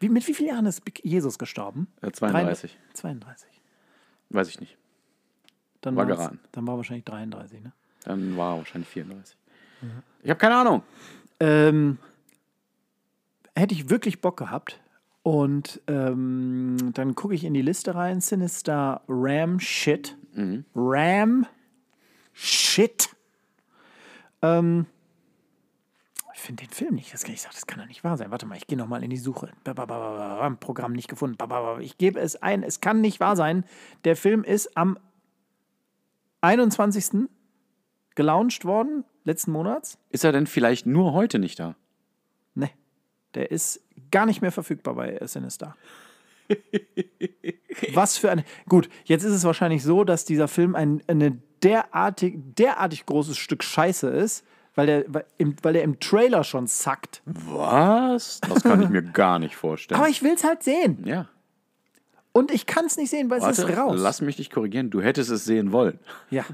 [SPEAKER 2] Wie, mit wie vielen Jahren ist Big- Jesus gestorben?
[SPEAKER 1] Äh, 32.
[SPEAKER 2] 32.
[SPEAKER 1] Weiß ich nicht.
[SPEAKER 2] Dann
[SPEAKER 1] War
[SPEAKER 2] war's-
[SPEAKER 1] geraten.
[SPEAKER 2] Dann war wahrscheinlich 33. Ne?
[SPEAKER 1] Dann war er wahrscheinlich 34. Ich habe keine Ahnung.
[SPEAKER 2] Ähm, hätte ich wirklich Bock gehabt. Und ähm, dann gucke ich in die Liste rein. Sinister Ram Shit. Ram Shit. Ähm, ich finde den Film nicht. Das kann ich sagen, das kann doch nicht wahr sein. Warte mal, ich gehe nochmal in die Suche. Ba, ba, ba, ba, ba, ba, Programm nicht gefunden. Ba, ba, ba, ba. Ich gebe es ein. Es kann nicht wahr sein. Der Film ist am 21. gelauncht worden, letzten Monats.
[SPEAKER 1] Ist er denn vielleicht nur heute nicht da?
[SPEAKER 2] Nee. Der ist gar nicht mehr verfügbar bei Sinister. Was für ein. Gut, jetzt ist es wahrscheinlich so, dass dieser Film ein eine derartig, derartig großes Stück Scheiße ist, weil der, weil, im, weil der im Trailer schon sackt.
[SPEAKER 1] Was? Das kann ich mir gar nicht vorstellen.
[SPEAKER 2] Aber ich will es halt sehen.
[SPEAKER 1] ja.
[SPEAKER 2] Und ich kann es nicht sehen, weil es ist raus.
[SPEAKER 1] lass mich dich korrigieren. Du hättest es sehen wollen.
[SPEAKER 2] Ja.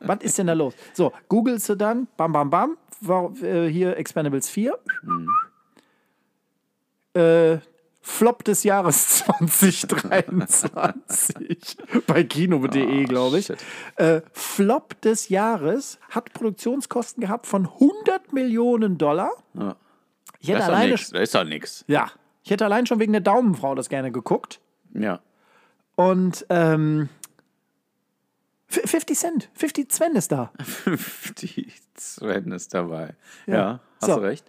[SPEAKER 2] Was ist denn da los? So, googelst du dann, bam, bam, bam, war, äh, hier Expendables 4.
[SPEAKER 1] Hm.
[SPEAKER 2] Äh, Flop des Jahres 2023 bei kino.de, glaube ich.
[SPEAKER 1] Ah, shit.
[SPEAKER 2] Äh, Flop des Jahres hat Produktionskosten gehabt von 100 Millionen Dollar.
[SPEAKER 1] Ja.
[SPEAKER 2] Ich hätte
[SPEAKER 1] Da ist doch
[SPEAKER 2] alleine,
[SPEAKER 1] nix. Da ist doch nichts.
[SPEAKER 2] ja, ich hätte allein schon wegen der Daumenfrau das gerne geguckt.
[SPEAKER 1] Ja.
[SPEAKER 2] Und ähm, 50 Cent, 50 Sven ist da.
[SPEAKER 1] Die Sven ist dabei. Ja, hast
[SPEAKER 2] So.
[SPEAKER 1] du recht.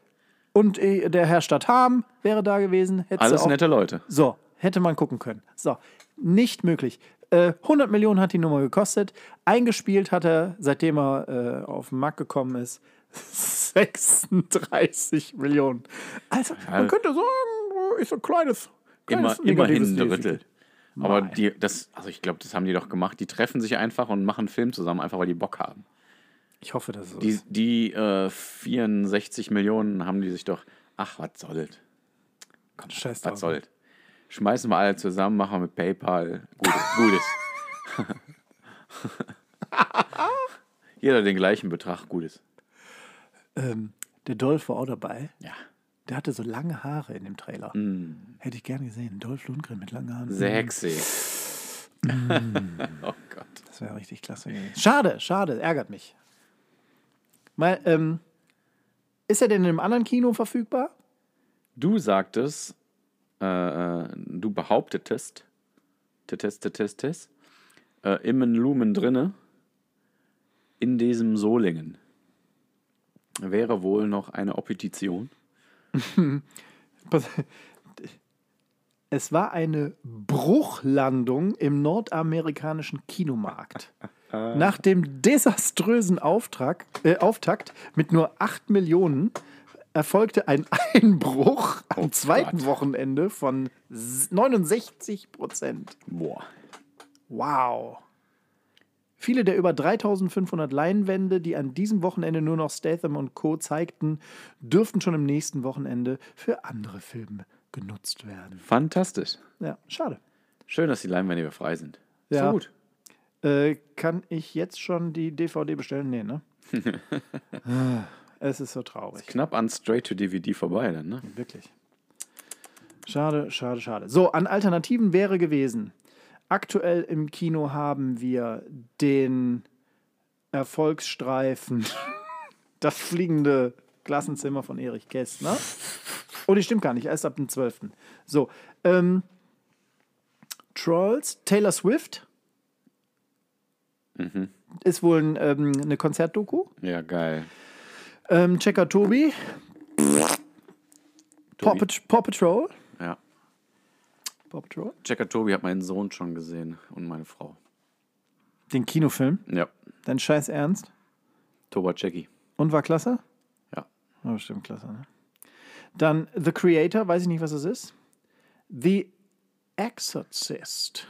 [SPEAKER 2] Und äh, der Herr Stadtham wäre da gewesen. Hätte
[SPEAKER 1] Alles
[SPEAKER 2] auch,
[SPEAKER 1] nette Leute.
[SPEAKER 2] So, hätte man gucken können. So, nicht möglich. Äh, 100 Millionen hat die Nummer gekostet. Eingespielt hat er, seitdem er äh, auf den Markt gekommen ist, 36 Millionen. Also, man könnte sagen, ist ein kleines,
[SPEAKER 1] Immer,
[SPEAKER 2] kleines negatives
[SPEAKER 1] immerhin ein
[SPEAKER 2] Defizit.
[SPEAKER 1] Drittel. Aber die, das, also ich glaube, das haben die doch gemacht. Die treffen sich einfach und machen einen Film zusammen, einfach weil die Bock haben.
[SPEAKER 2] Ich hoffe, das ist so.
[SPEAKER 1] Die, die äh, 64 Millionen haben die sich doch. Ach, was soll's?
[SPEAKER 2] Komm, Scheiß
[SPEAKER 1] Was
[SPEAKER 2] drauf.
[SPEAKER 1] soll's? Schmeißen wir alle zusammen, machen wir mit PayPal. Gut, Gutes. Jeder den gleichen Betrag, Gutes.
[SPEAKER 2] Ähm, der Dolph war auch dabei.
[SPEAKER 1] Ja.
[SPEAKER 2] Der hatte so lange Haare in dem Trailer.
[SPEAKER 1] Mm.
[SPEAKER 2] Hätte ich gerne gesehen. Dolph Lundgren mit langen Haaren.
[SPEAKER 1] Sexy. oh Gott.
[SPEAKER 2] Das wäre richtig klasse gewesen. Schade, schade, ärgert mich. Mal, ähm, ist er denn in einem anderen Kino verfügbar?
[SPEAKER 1] Du sagtest, äh, äh, du behauptetest, tetest, tetest, tetest, äh, im Lumen drinne, in diesem Solingen, wäre wohl noch eine Opposition.
[SPEAKER 2] Pass- Es war eine Bruchlandung im nordamerikanischen Kinomarkt. Nach dem desaströsen Auftrag, äh, Auftakt mit nur 8 Millionen erfolgte ein Einbruch am
[SPEAKER 1] Oh
[SPEAKER 2] zweiten
[SPEAKER 1] Gott.
[SPEAKER 2] Wochenende von s- 69 Prozent.
[SPEAKER 1] Boah.
[SPEAKER 2] Wow. Viele der über 3500 Leinwände, die an diesem Wochenende nur noch Statham und Co. zeigten, dürften schon im nächsten Wochenende für andere Filme genutzt werden.
[SPEAKER 1] Fantastisch.
[SPEAKER 2] Ja, schade.
[SPEAKER 1] Schön, dass die Leinwände wieder frei sind. Ist
[SPEAKER 2] Ja.
[SPEAKER 1] So gut.
[SPEAKER 2] Äh, kann ich jetzt schon die DVD bestellen? Nee, ne? es ist so traurig.
[SPEAKER 1] Knapp an Straight to DVD vorbei dann, ne?
[SPEAKER 2] Wirklich. Schade, schade, schade. So, an Alternativen wäre gewesen. Aktuell im Kino haben wir den Erfolgsstreifen Das fliegende Klassenzimmer von Erich Kästner. Oh, die stimmt gar nicht, erst ab dem 12. So, ähm, Trolls, Taylor Swift. Ist wohl ein, ähm, eine Konzertdoku.
[SPEAKER 1] Ja, geil.
[SPEAKER 2] Ähm, Checker Tobi. Paw,
[SPEAKER 1] Tobi.
[SPEAKER 2] Pat- Paw Patrol.
[SPEAKER 1] Ja.
[SPEAKER 2] Paw Patrol.
[SPEAKER 1] Checker Tobi hat meinen Sohn schon gesehen und meine Frau.
[SPEAKER 2] Den Kinofilm.
[SPEAKER 1] Ja.
[SPEAKER 2] Dein Scheiß Ernst.
[SPEAKER 1] Toba Checky.
[SPEAKER 2] Und war klasse?
[SPEAKER 1] Ja.
[SPEAKER 2] War bestimmt klasse, ne? Dann The Creator, weiß ich nicht, was es ist. The Exorcist.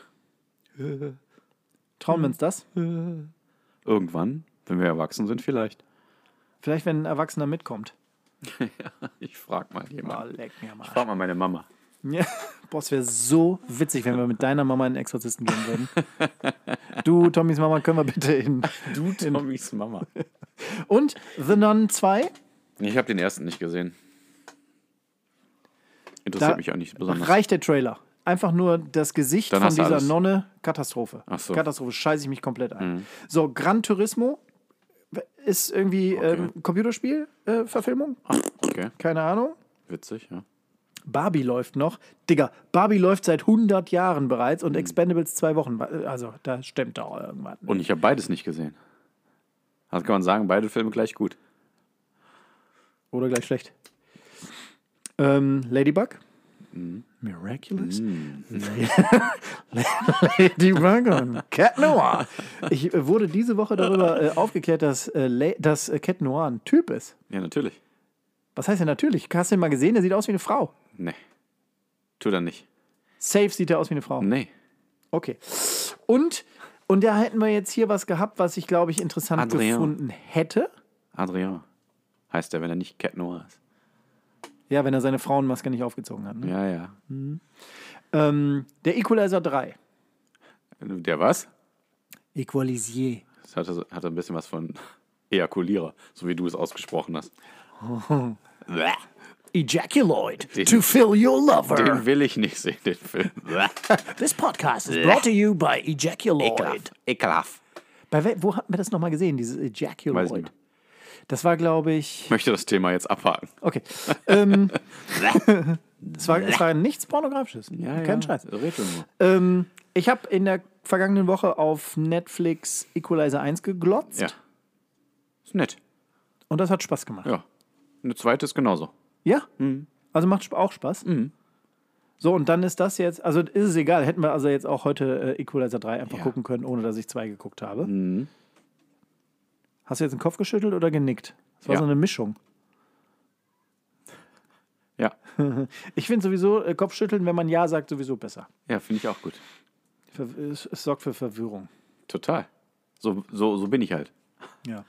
[SPEAKER 2] Trauen wir uns das?
[SPEAKER 1] Irgendwann, wenn wir erwachsen sind, vielleicht.
[SPEAKER 2] Vielleicht, wenn ein Erwachsener mitkommt. Oh,
[SPEAKER 1] Ich frag mal jemanden.
[SPEAKER 2] leck mir mal.
[SPEAKER 1] Ich frag mal meine Mama.
[SPEAKER 2] Ja. Boah, es wäre so witzig, wenn wir mit deiner Mama in den Exorzisten gehen würden. Du, Tommys Mama, können wir bitte in.
[SPEAKER 1] Du, Tommys Mama.
[SPEAKER 2] Und The Nun 2?
[SPEAKER 1] Ich habe den ersten nicht gesehen. Interessiert
[SPEAKER 2] Da
[SPEAKER 1] mich auch nicht besonders.
[SPEAKER 2] reicht der Trailer. Einfach nur das Gesicht
[SPEAKER 1] Dann
[SPEAKER 2] von
[SPEAKER 1] hast du
[SPEAKER 2] dieser
[SPEAKER 1] alles.
[SPEAKER 2] Nonne. Katastrophe.
[SPEAKER 1] Ach so. Mhm.
[SPEAKER 2] Katastrophe, scheiße ich mich komplett ein. So, Gran Turismo ist irgendwie ähm, Computerspiel-Verfilmung.
[SPEAKER 1] Okay,
[SPEAKER 2] Keine Ahnung.
[SPEAKER 1] witzig, ja.
[SPEAKER 2] Barbie läuft noch. Digga, Barbie läuft seit 100 Jahren bereits
[SPEAKER 1] Mhm.
[SPEAKER 2] und Expendables zwei Wochen. Also, da stimmt doch irgendwas.
[SPEAKER 1] Und ich habe beides nicht gesehen. Also kann man sagen, beide Filme gleich gut.
[SPEAKER 2] Oder gleich schlecht. Ähm, Ladybug. Mm. Miraculous. Ladybug und Cat Noir. Ich äh, wurde diese Woche darüber äh, aufgeklärt, dass, äh, La- dass äh, Cat Noir ein Typ ist.
[SPEAKER 1] Ja, natürlich.
[SPEAKER 2] Was heißt denn natürlich? Hast du ihn mal gesehen? Der sieht aus wie eine Frau.
[SPEAKER 1] Nee. Tut er nicht.
[SPEAKER 2] Safe sieht er aus wie eine Frau.
[SPEAKER 1] Nee.
[SPEAKER 2] Okay. Und, und da hätten wir jetzt hier was gehabt, was ich, glaube ich, interessant
[SPEAKER 1] Adrien.
[SPEAKER 2] gefunden hätte.
[SPEAKER 1] Adrien heißt er, wenn er nicht Cat Noir ist.
[SPEAKER 2] Ja, wenn er seine Frauenmaske nicht aufgezogen hat. Ne?
[SPEAKER 1] Ja, ja.
[SPEAKER 2] Ähm, der Equalizer 3.
[SPEAKER 1] Der was?
[SPEAKER 2] Equalisier.
[SPEAKER 1] Das hatte, hatte ein bisschen was von Ejakulierer, so wie du es ausgesprochen hast. Bäh.
[SPEAKER 2] Ejaculoid to fill your lover.
[SPEAKER 1] Den will ich nicht sehen, den Film. Bäh.
[SPEAKER 2] This podcast is brought to you by Ejaculoid.
[SPEAKER 1] Ekelhaft. Ekelhaft.
[SPEAKER 2] Bei wel- wo hat man das nochmal gesehen, dieses
[SPEAKER 1] Weiß ich nicht
[SPEAKER 2] Ejaculoid?
[SPEAKER 1] mehr.
[SPEAKER 2] Das war, glaube ich.
[SPEAKER 1] Ich möchte das Thema jetzt abhaken.
[SPEAKER 2] Okay. ähm, es, war, es war nichts Pornografisches. Kein Scheiß.
[SPEAKER 1] Red nur.
[SPEAKER 2] Ähm, ich habe in der vergangenen Woche auf Netflix Equalizer 1 geglotzt
[SPEAKER 1] Ja. Ist nett.
[SPEAKER 2] und das hat Spaß gemacht.
[SPEAKER 1] Ja. Eine zweite ist genauso.
[SPEAKER 2] Ja.
[SPEAKER 1] Mhm.
[SPEAKER 2] Also macht sp- auch Spaß. So, und dann ist das jetzt, also ist es egal, hätten wir also jetzt auch heute äh, Equalizer 3 einfach
[SPEAKER 1] Ja. Mhm.
[SPEAKER 2] gucken können, ohne dass ich 2 geguckt habe. Hast du jetzt den Kopf geschüttelt oder genickt? Das war
[SPEAKER 1] Ja.
[SPEAKER 2] so eine Mischung.
[SPEAKER 1] Ja.
[SPEAKER 2] Ich finde sowieso äh, Kopfschütteln, wenn man Ja sagt, sowieso besser.
[SPEAKER 1] Ja, finde ich auch gut.
[SPEAKER 2] Ver es, es sorgt für Verwirrung.
[SPEAKER 1] Total. So, so, so bin ich halt.
[SPEAKER 2] Ja.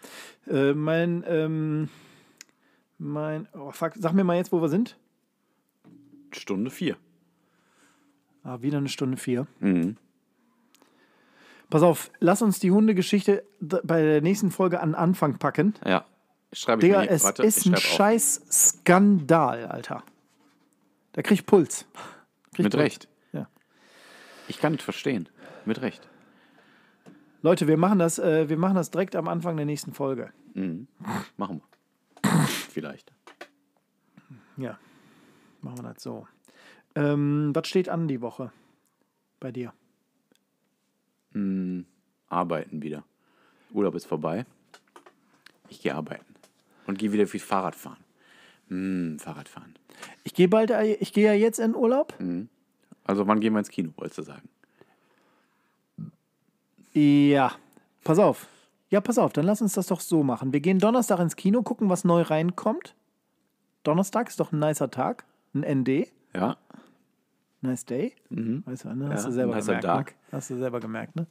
[SPEAKER 2] Äh, mein, ähm, mein, oh fuck, sag mir mal jetzt, wo wir sind.
[SPEAKER 1] Stunde vier.
[SPEAKER 2] Ah, wieder eine Stunde vier.
[SPEAKER 1] Mhm.
[SPEAKER 2] Pass auf, lass uns die Hundegeschichte d- bei der nächsten Folge an Anfang packen.
[SPEAKER 1] Ja. Schreibe ich
[SPEAKER 2] Digga,
[SPEAKER 1] mir nie-
[SPEAKER 2] es
[SPEAKER 1] Warte, ich
[SPEAKER 2] ist
[SPEAKER 1] schreib
[SPEAKER 2] ein
[SPEAKER 1] auf.
[SPEAKER 2] scheiß Skandal, Alter. Da krieg ich Puls. Krieg
[SPEAKER 1] Mit
[SPEAKER 2] Puls.
[SPEAKER 1] Recht.
[SPEAKER 2] Ja.
[SPEAKER 1] Ich kann es verstehen. Mit Recht.
[SPEAKER 2] Leute, wir machen, das, äh, wir machen das direkt am Anfang der nächsten Folge.
[SPEAKER 1] Machen wir. Vielleicht.
[SPEAKER 2] Ja. Machen wir das so. Ähm, was steht an die Woche bei dir?
[SPEAKER 1] Arbeiten wieder. Urlaub ist vorbei. Ich gehe arbeiten. Und gehe wieder viel Fahrrad fahren. Hm, Fahrrad fahren.
[SPEAKER 2] Ich gehe bald, äh, ich gehe ja jetzt in Urlaub.
[SPEAKER 1] Also wann gehen wir ins Kino, wolltest du sagen?
[SPEAKER 2] Ja, pass auf. Ja, pass auf, dann lass uns das doch so machen. Wir gehen Donnerstag ins Kino, gucken, was neu reinkommt. Donnerstag ist doch ein nicer Tag. Ein ND.
[SPEAKER 1] Ja.
[SPEAKER 2] Nice Day. Weißt du, ne?
[SPEAKER 1] Mhm.
[SPEAKER 2] Hast
[SPEAKER 1] Ja,
[SPEAKER 2] du selber
[SPEAKER 1] nicer
[SPEAKER 2] gemerkt.
[SPEAKER 1] Tag.
[SPEAKER 2] Ne? Hast du selber gemerkt, ne?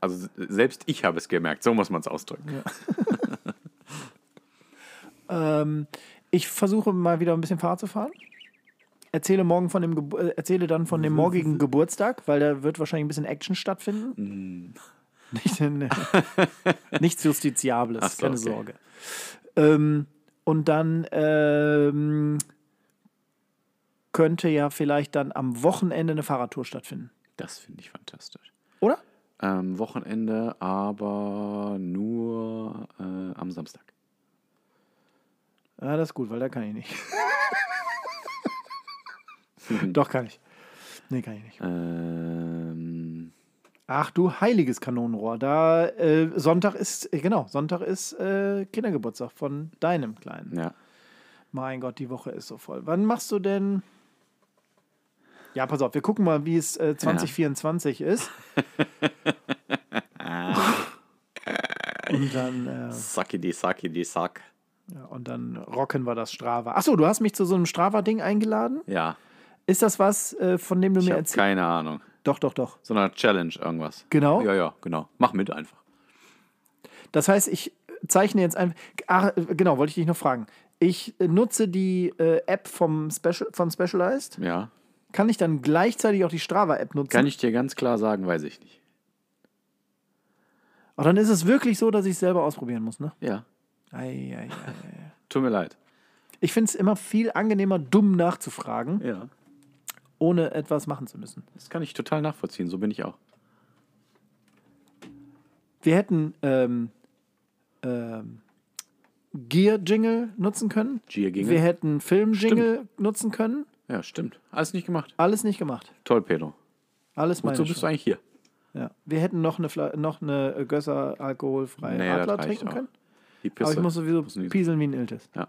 [SPEAKER 1] Also selbst ich habe es gemerkt, so muss man es ausdrücken.
[SPEAKER 2] Ähm, ich versuche mal wieder ein bisschen Fahrrad zu fahren. Erzähle, morgen von dem Gebu- äh, erzähle dann von dem morgigen Geburtstag, weil da wird wahrscheinlich ein bisschen Action stattfinden.
[SPEAKER 1] Mm.
[SPEAKER 2] Nicht, ne, nichts Justiziables,
[SPEAKER 1] so,
[SPEAKER 2] keine
[SPEAKER 1] okay.
[SPEAKER 2] Sorge. Ähm, und dann ähm, könnte ja vielleicht dann am Wochenende eine Fahrradtour stattfinden,
[SPEAKER 1] Das finde ich fantastisch.
[SPEAKER 2] oder?
[SPEAKER 1] Ähm, Wochenende aber nur äh, am Samstag.
[SPEAKER 2] Ja, das ist gut, weil da kann ich nicht. Doch, kann ich. Nee, kann ich nicht.
[SPEAKER 1] Ähm,
[SPEAKER 2] Ach du heiliges Kanonenrohr. Da äh, Sonntag ist, äh, genau, Sonntag ist äh, Kindergeburtstag von deinem Kleinen.
[SPEAKER 1] ja.
[SPEAKER 2] Mein Gott, die Woche ist so voll. Wann machst du denn? Ja, pass auf, wir gucken mal, wie es äh, 2024 ist. und, dann, äh,
[SPEAKER 1] Saki die Saki die Sack.
[SPEAKER 2] ja, und dann rocken wir das Strava. Achso, du hast mich zu so einem Strava-Ding eingeladen.
[SPEAKER 1] Ja,
[SPEAKER 2] Ist das was, äh, von dem du
[SPEAKER 1] ich
[SPEAKER 2] mir
[SPEAKER 1] habe
[SPEAKER 2] erzählst?
[SPEAKER 1] keine Ahnung.
[SPEAKER 2] Doch, doch, doch.
[SPEAKER 1] So eine Challenge irgendwas.
[SPEAKER 2] Genau.
[SPEAKER 1] Ja, ja, genau. Mach mit einfach.
[SPEAKER 2] Das heißt, ich zeichne jetzt ein. Ach, genau, wollte ich dich noch fragen. Ich äh, nutze die äh, App vom Special, von Specialized.
[SPEAKER 1] Ja.
[SPEAKER 2] Kann ich dann gleichzeitig auch die Strava-App nutzen?
[SPEAKER 1] Kann ich dir ganz klar sagen, weiß ich nicht.
[SPEAKER 2] Aber dann ist es wirklich so, dass ich es selber ausprobieren muss, ne?
[SPEAKER 1] Ja.
[SPEAKER 2] Ei, ei, ei.
[SPEAKER 1] Tut mir leid.
[SPEAKER 2] Ich finde es immer viel angenehmer, dumm nachzufragen,
[SPEAKER 1] Ja.
[SPEAKER 2] ohne etwas machen zu müssen.
[SPEAKER 1] Das kann ich total nachvollziehen. So bin ich auch.
[SPEAKER 2] Wir hätten ähm, ähm, Gear-Jingle nutzen können.
[SPEAKER 1] Gear-Jingle?
[SPEAKER 2] Wir hätten Film-Jingle nutzen können.
[SPEAKER 1] Ja, stimmt. Alles nicht gemacht.
[SPEAKER 2] Alles nicht gemacht.
[SPEAKER 1] Toll, Pedro.
[SPEAKER 2] Alles meine
[SPEAKER 1] Wozu bist
[SPEAKER 2] Schuld.
[SPEAKER 1] du eigentlich hier?
[SPEAKER 2] Ja. Wir hätten noch eine, Fla- noch eine Gösser alkoholfreie
[SPEAKER 1] Nee, das
[SPEAKER 2] Radler
[SPEAKER 1] reicht
[SPEAKER 2] trinken
[SPEAKER 1] auch.
[SPEAKER 2] können.
[SPEAKER 1] Die Pisse.
[SPEAKER 2] Aber ich muss sowieso
[SPEAKER 1] Muss niesen.
[SPEAKER 2] pieseln wie ein Iltis.
[SPEAKER 1] Ja.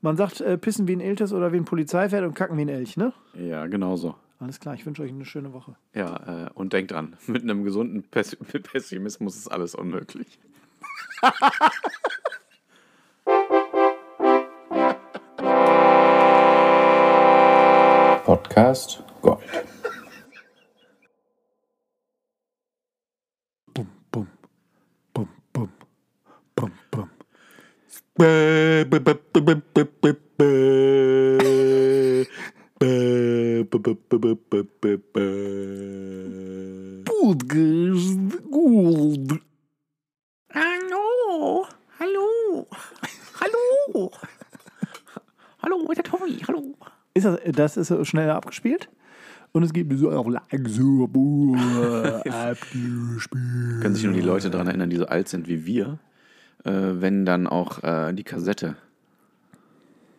[SPEAKER 2] Man sagt äh, pissen wie ein Iltis oder wie ein Polizeipferd und kacken wie ein Elch, ne?
[SPEAKER 1] Ja, genau so.
[SPEAKER 2] Alles klar, ich wünsche euch eine schöne Woche.
[SPEAKER 1] Ja, äh, und denkt dran, mit einem gesunden Pess mit Pessimismus ist alles unmöglich.
[SPEAKER 3] Podcast Gold.
[SPEAKER 2] Bum, bum, bum, bum, bum, bum. Gut, gut.
[SPEAKER 4] Hallo, hallo, hallo, hallo, der Tommy, hallo.
[SPEAKER 2] Ist das, das ist so schneller abgespielt? Und es geht so auf langsam abgespielt.
[SPEAKER 1] Können sich nur die Leute daran erinnern, die so alt sind wie wir, äh, wenn dann auch äh, die Kassette.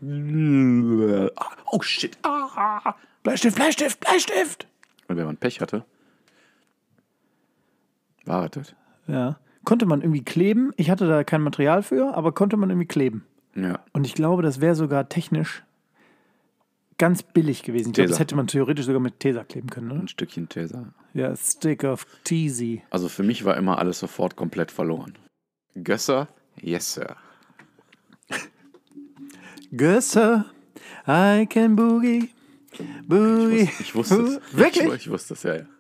[SPEAKER 1] Oh shit. Ah.
[SPEAKER 2] Bleistift, Bleistift, Bleistift!
[SPEAKER 1] Und wenn man Pech hatte, war er das.
[SPEAKER 2] Ja. Konnte man irgendwie kleben. Ich hatte da kein Material für, aber konnte man irgendwie kleben.
[SPEAKER 1] Ja.
[SPEAKER 2] Und ich glaube, das wäre sogar technisch ganz billig gewesen. Ich glaube,
[SPEAKER 1] Tesa.
[SPEAKER 2] das hätte man theoretisch sogar mit Tesa kleben können, ne?
[SPEAKER 1] Ein Stückchen Tesa.
[SPEAKER 2] Ja, Stick of Teasy.
[SPEAKER 1] Also für mich war immer alles sofort komplett verloren. Gösser, yes sir.
[SPEAKER 2] Gösser, I can boogie. Boogie.
[SPEAKER 1] Ich wusste es.
[SPEAKER 2] Wirklich?
[SPEAKER 1] Ich, ich wusste es, ja, ja.